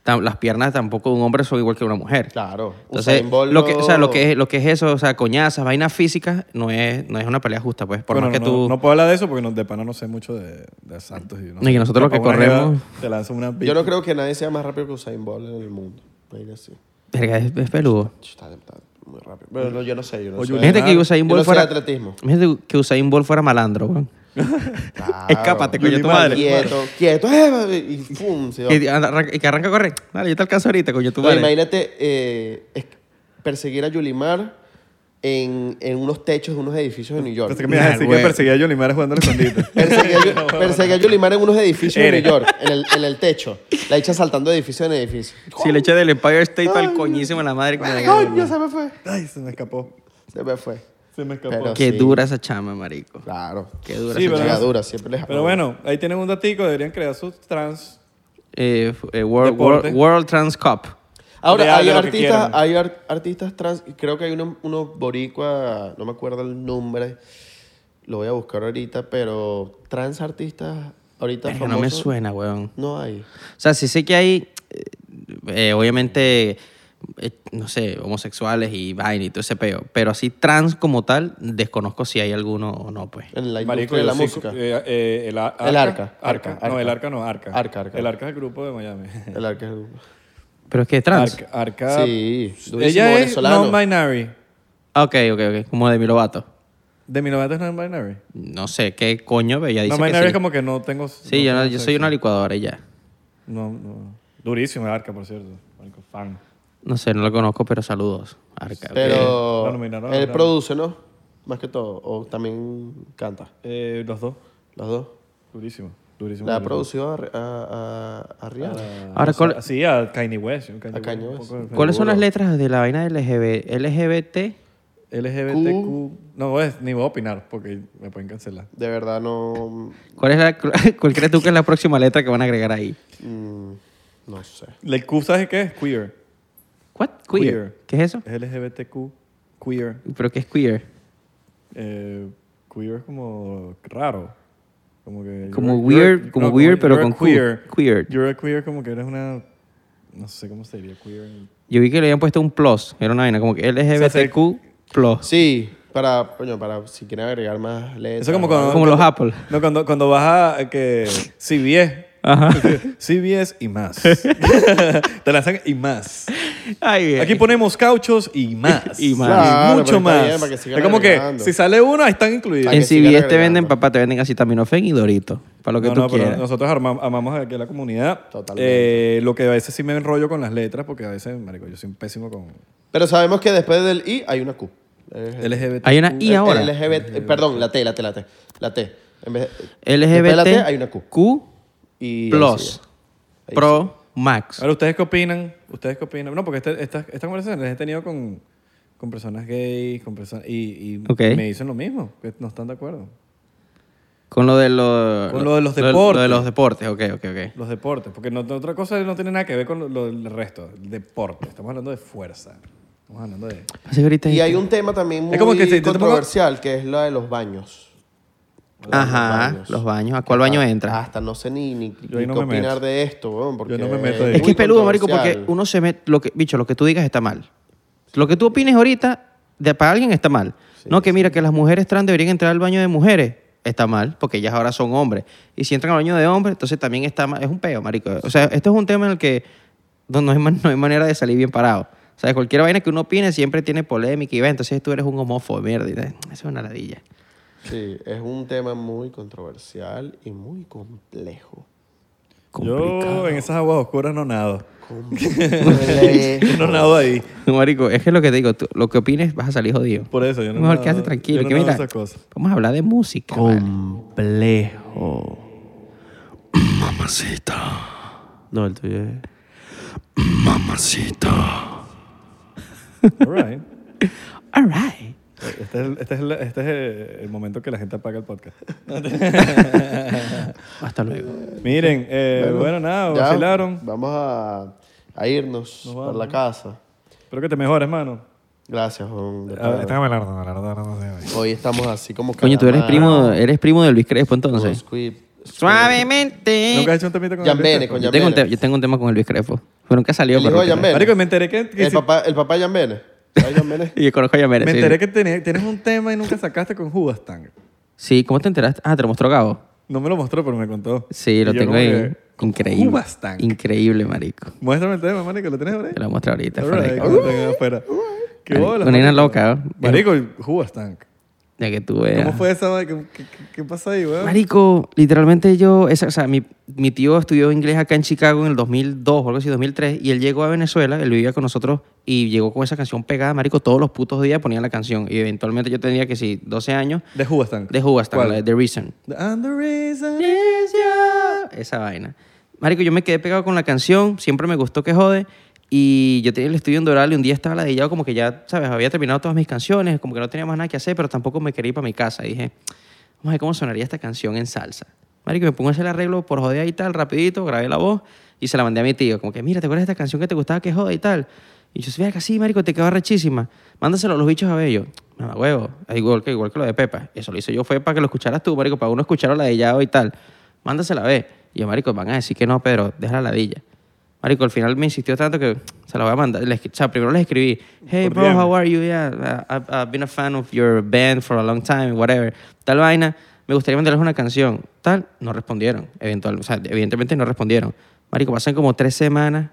tam- las piernas tampoco de un hombre son igual que de una mujer. Claro. Entonces, Usain Bolt lo que, o sea, lo no- que es, lo que es eso, o sea, coñazas, vainas físicas, no es, no es una pelea justa, pues. Por Bueno, más que no, tú. no puedo hablar de eso porque no- de pana no sé mucho de, de asaltos. Y, no No, y que nosotros lo que Capaz una jeva corremos- Te lanzo una Yo no creo que nadie sea más rápido que Usain Bolt en el mundo. Vaina así. Verga, es, es peludo. Está, está muy rápido. Pero no, yo no sé, yo no O sé. Julian Imagínate que Claro. Usain Yo Bolt no sé fuera. de atletismo. Imagínate que Usain Bolt fuera malandro, weón. Escápate, coño, Yuli tu madre. Quieto, quieto. eh, y pum, se va. Y, arranca- y que arranca a correr. Dale, yo te alcanzo ahorita, coño, tu No, madre. imagínate eh, es- perseguir a Yulimar en, en unos techos de unos edificios de New York. Pensé que me ibas a Nah, decir que güey. perseguía a Yolimar jugando al escondite. Perseguí a, Yu- perseguí a Yulimar en unos edificios de Eres. New York, en el, en el techo. La echa saltando de edificio en edificio. Si le echa del Empire State al coñísimo a la madre. como- ¡Coño, se me fue! Ay, se me escapó. Se me fue. Se me escapó. Pero- Qué Sí. dura esa chama, marico. Claro. Qué dura Sí, esa pero- chama. Llegadura, siempre les Pero bueno, ahí tienen un datico. Deberían crear sus trans. Eh, f- eh, World, Deporte. World, World Trans Cup. Ahora, Real hay de lo que artistas, quieran. hay ar- artistas trans, y creo que hay uno, uno boricua, no me acuerdo el nombre, lo voy a buscar ahorita, pero trans artistas ahorita Verga, no me famosos, suena, weón. No hay. O sea, sí sé que hay, eh, eh, obviamente, eh, no sé, homosexuales y vaina y todo ese peo. Pero así trans como tal, desconozco si hay alguno o no, pues. En la Marico, industria de yo la sí- música. eh, eh, el, a- El Arca, Arca. Arca, No, Arca. el Arca no, Arca. Arca, Arca. El Arca es el grupo de Miami. El arca es el- Pero es que es trans. Arca. Arca- Sí, durísimo, Ella es venezolano. non-binary. Ah, Ok, ok, ok. Como de mi lobato. De mi novata es non-binary. No sé qué coño, pero ella dice que Non-binary sí. es como que no tengo. Sí, yo, no no- tengo yo soy sexo. una licuadora y ya. No, no. Durísimo el Arca, por cierto. Marico, fan. No sé, no lo conozco, pero saludos. Arca. ok. Lo Pero nominaron, él ¿verdad? produce, ¿no? Más que todo. O también canta. Eh, los dos. Las dos. Durísimo. Durísimo. La ha durísimo. producido a, a, a, a Rihanna. Ahora, O sea, ¿cuál- sí, a Kanye West. Kanye A Kanye un West. poco- ¿Cuáles son las letras de la vaina LGB, LGBT? LGBTQ. No, es, ni voy a opinar porque me pueden cancelar. De verdad no. ¿Cuál, es la, ¿Cuál crees tú que es la próxima letra que van a agregar ahí? mm, no sé. ¿La Q sabes qué es? Queer. What? Queer. Queer. ¿Qué es eso? Es LGBTQ. Queer. ¿Pero qué es queer? Eh, queer es como raro. Como que. Como weird, como weird, pero you're a con Q. queer. Queer. You're a queer, como que eres una. No sé cómo sería queer. Yo vi que le habían puesto un plus. Era una vaina como que LGBTQ plus. Sí, para, coño, para si quieren agregar más letras. Eso como o cuando. Como los Apple. No, cuando, cuando vas a. eh, que. CBS. Ajá. CBS y más. Te lanzan y más. Ay, Aquí ponemos cauchos y más. Y más. Claro, Y mucho pero está bien, más. para que sigan es como agregando. que si sale uno, ahí están incluidos. Ay, en que sigan CBS te venden, agregando. papá, te venden acetaminofén y dorito. Para lo que No, tú no, pero quieras. nosotros arma- amamos aquí a la comunidad. Totalmente. Eh, lo que a veces sí me enrollo con las letras, porque a veces, marico, yo soy un pésimo con Pero sabemos que después del I hay una Q. LGBT. LGBT. Hay una I ahora. LGBT, eh, perdón, la T, la T, la T. La T. En vez de- después de la T hay una Q. LGBT Q Y plus Ahí pro max. Ahora, ¿ustedes qué opinan? ¿Ustedes qué opinan? No, porque este- estas estas conversaciones las he tenido con, con personas gays, con personas... Y, y Ok. me dicen lo mismo, que no están de acuerdo. Con lo de los... Con lo de los de- Lo de deportes. los deportes, ok, ok, ok. Los deportes, porque no, otra cosa no tiene nada que ver con lo, lo del resto. El deporte, estamos hablando de fuerza. Estamos hablando de... Así ahorita... Y hay un tema también muy Es como que si te pongo- controversial, que es la de los baños. Ajá, baños. los baños. ¿A cuál baño Ah, entras? Hasta no sé ni, ni, Yo ahí ni no qué me meto. opinar de esto, weón, porque Yo no me meto ahí. Es que es peludo, marico, porque controversial. uno se mete... Lo que, bicho, lo que tú digas está mal. Lo que tú opines ahorita de, para alguien está mal. no, que mira, que las mujeres trans deberían entrar al baño de mujeres. Está mal, porque ellas ahora son hombres. Y si entran al baño de hombres, entonces también está mal. Es un peo, marico. O sea, esto es un tema en el que no no hay, man- no hay manera de salir bien parado. O sea, cualquier vaina que uno opine siempre tiene polémica y va. Entonces tú eres un homófobo, mierda. y tal. Eso es una ladilla. Sí, es un tema muy controversial y muy complejo. Yo en esas aguas oscuras no nado. Complejo. Yo no nado ahí. Marico, es que lo que te digo, tú- lo que opines vas a salir jodido. Por eso yo no Mejor nado- quédate tranquilo. yo no que nado mira, esas cosas. vamos a hablar de música. vale. complejo. No, el tuyo es... All right. All right. Este es, el- este es el- este es el- el momento que la gente apaga el podcast. Hasta luego. Miren, eh, bueno, nada, Ya, vacilaron. Vamos a, a irnos Nos por vamos. la casa. Espero que te mejores, mano. Gracias, Juan, de Ah, pana. Estás malardo, malardo, no sé. Hoy estamos así como Coño, tú eres calamares. primo, eres primo de Luis Crespo entonces. Squid- Suavemente. Nunca has hecho un temita con Yambene, Elvis Crespo? con Yo tengo, un te- Yambene. yo tengo un tema con Luis Crepo. Pero nunca salió. El hijo pero de nunca- Yambene. Marico, me enteré que, que El si- papá, el papá de Jan Bene. ¿Sabes Jan Bene? Y yo conozco a Yambene, me sí. enteré que tenés, tienes un tema y nunca sacaste con Judas Tang. Sí, ¿cómo te enteraste? Ah, te lo mostró Gabo. No me lo mostró, pero me contó. Sí, lo Y yo tengo como ahí. que, Increíble. Judas Tang. Increíble, marico. Muéstrame el tema, marico, ¿lo tienes por ahí? Te lo muestro ahorita. All fuera de right, cámara. cuando tenga afuera. Qué Marico, bola, una nena marico. loca, ¿eh? Marico, Judas Tank. Ya que tú veas. ¿Cómo fue esa vaina? ¿Qué, qué, qué pasa ahí, weón? Marico, literalmente yo, esa- o sea, mi, mi tío estudió inglés acá en Chicago en el 2002 o algo así, 2003, y él llegó a Venezuela, él vivía con nosotros y llegó con esa canción pegada, marico, todos los putos días ponían la canción y eventualmente yo tenía que sí, 12 años De Judas Tank. de Who hasta ¿Cuál? la de The Reason. The- And the reason Esa vaina. Marico, yo me quedé pegado con la canción, siempre me gustó que jode. Y yo tenía el estudio en Doral y un día estaba ladillado como que ya, ¿sabes? Había terminado todas mis canciones, como que no tenía más nada que hacer, pero tampoco me quería ir para mi casa. Y dije, vamos a ver cómo sonaría esta canción en salsa. Marico, me pongo a hacer el arreglo por joder y tal, rapidito, grabé la voz y se la mandé a mi tío. Como que, mira, ¿te acuerdas de esta canción que te gustaba que jode y tal? Y yo, mira, que sí, marico, te quedó rechísima. Mándaselo a los bichos a ver. Y yo, mamá huevo, igual que, igual que lo de Pepa. Eso lo hice yo fue para que lo escucharas tú, marico, para uno escuchar la de Yao y tal mándasela a ver. Y yo, marico, van a decir que no, pero déjala la ladilla. Marico, al final me insistió tanto que se la voy a mandar. Le escri- o sea, primero les escribí, hey, Por bro, DM. how are you? Yeah, I- I've, I've been a fan of your band for a long time, whatever. Tal vaina, me gustaría mandarles una canción. Tal, no respondieron. Eventual, o sea, evidentemente no respondieron. Marico, pasan como tres semanas.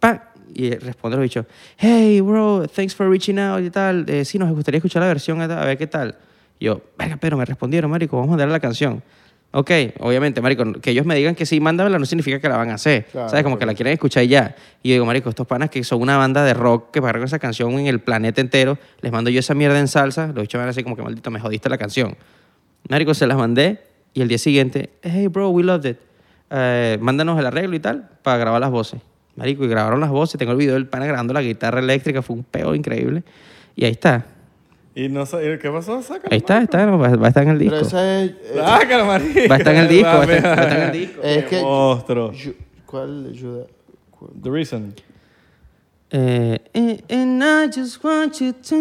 Pa, y responde los bichos, hey, bro, thanks for reaching out y tal. Eh, sí, nos gustaría escuchar la versión, a ver qué tal. Y yo, verga, pero me respondieron, marico, vamos a mandarle la canción. Ok, obviamente, marico, que ellos me digan que sí, mándamela no significa que la van a hacer. Claro, ¿Sabes? Como que la quieren escuchar y ya. Y yo digo, marico, estos panas que son una banda de rock que pagaron esa canción en el planeta entero, les mando yo esa mierda en salsa, los bichos van a decir como que maldito, me jodiste la canción. Marico, se las mandé y el día siguiente, hey bro, we loved it. Eh, mándanos el arreglo y tal para grabar las voces. Marico, y grabaron las voces. Tengo el video del pana grabando la guitarra eléctrica. Fue un peo increíble. Y ahí está. Y no sé, ¿y ¿qué pasó? Sácalo. Ahí está, está. Va va a estar en el Pero disco. esa es... marico. eh, Sácalo, marico. Va a estar en el disco. Va a estar, va a estar en el Qué disco. es que... Monstruo. Yu- ¿Cuál ayuda? Cu- The reason. Eh, and- and I just want you to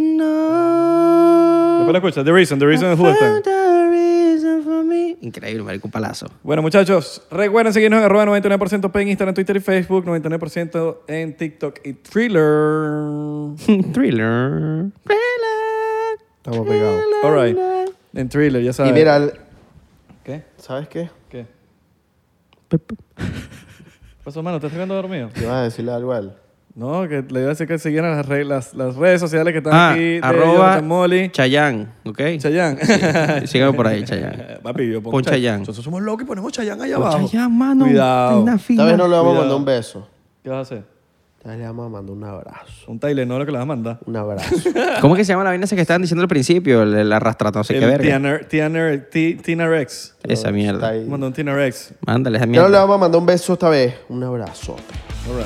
know. Después la escucha. The reason, the reason I de Judas found Tank. a reason for me. Increíble, marico, un palazo. Bueno, muchachos, recuerden seguirnos en arroba 99% P en Instagram, Twitter y Facebook, 99% en TikTok y Thriller. Thriller. Thriller. Estamos pegados. All right. En Thriller, ya Y saben. mira, el- ¿Qué? ¿sabes qué? ¿Qué? ¿Qué pasó, mano? ¿Estás quedando dormido? Yo iba a decirle algo a él. No, que le iba a decir que siguieran las, re- las, las redes sociales que están Ah, aquí. de arroba Jonathan Molly. Chayán, ¿ok? Chayán. Síganme por ahí, Chayán. Eh, Papi, yo pongo Pon Chay- Chayán. Nosotros somos locos y ponemos Chayán allá Pon abajo. Chayán, mano. Cuidado. Una Esta fina. vez no le vamos a Cuidado. mandar un beso. ¿Qué vas a hacer? Esta vez le vamos a mandar un abrazo. Un Tylenol que le vas a mandar. Un abrazo. ¿Cómo que se llama la vaina esa que estaban diciendo al principio? El, el arrastrato, no sé qué El verga. Tiener- Tiener- Ti- Tinarex. Esa Está mierda. ahí. Mandó un Tinarex. Mándale esa Ya no le mierda. vamos a mandar un beso esta vez. Un abrazo. All right.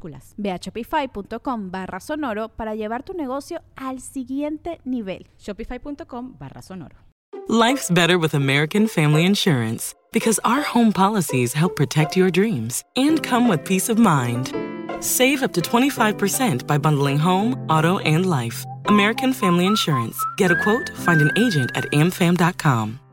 Ve a shopify.com barra sonoro para llevar tu negocio al siguiente nivel. Shopify.com barra sonoro. Life's better with American Family Insurance because our home policies help protect your dreams and come with peace of mind. Save up to 25% by bundling home, auto, and life. American Family Insurance. Get a quote, find an agent at amfam.com.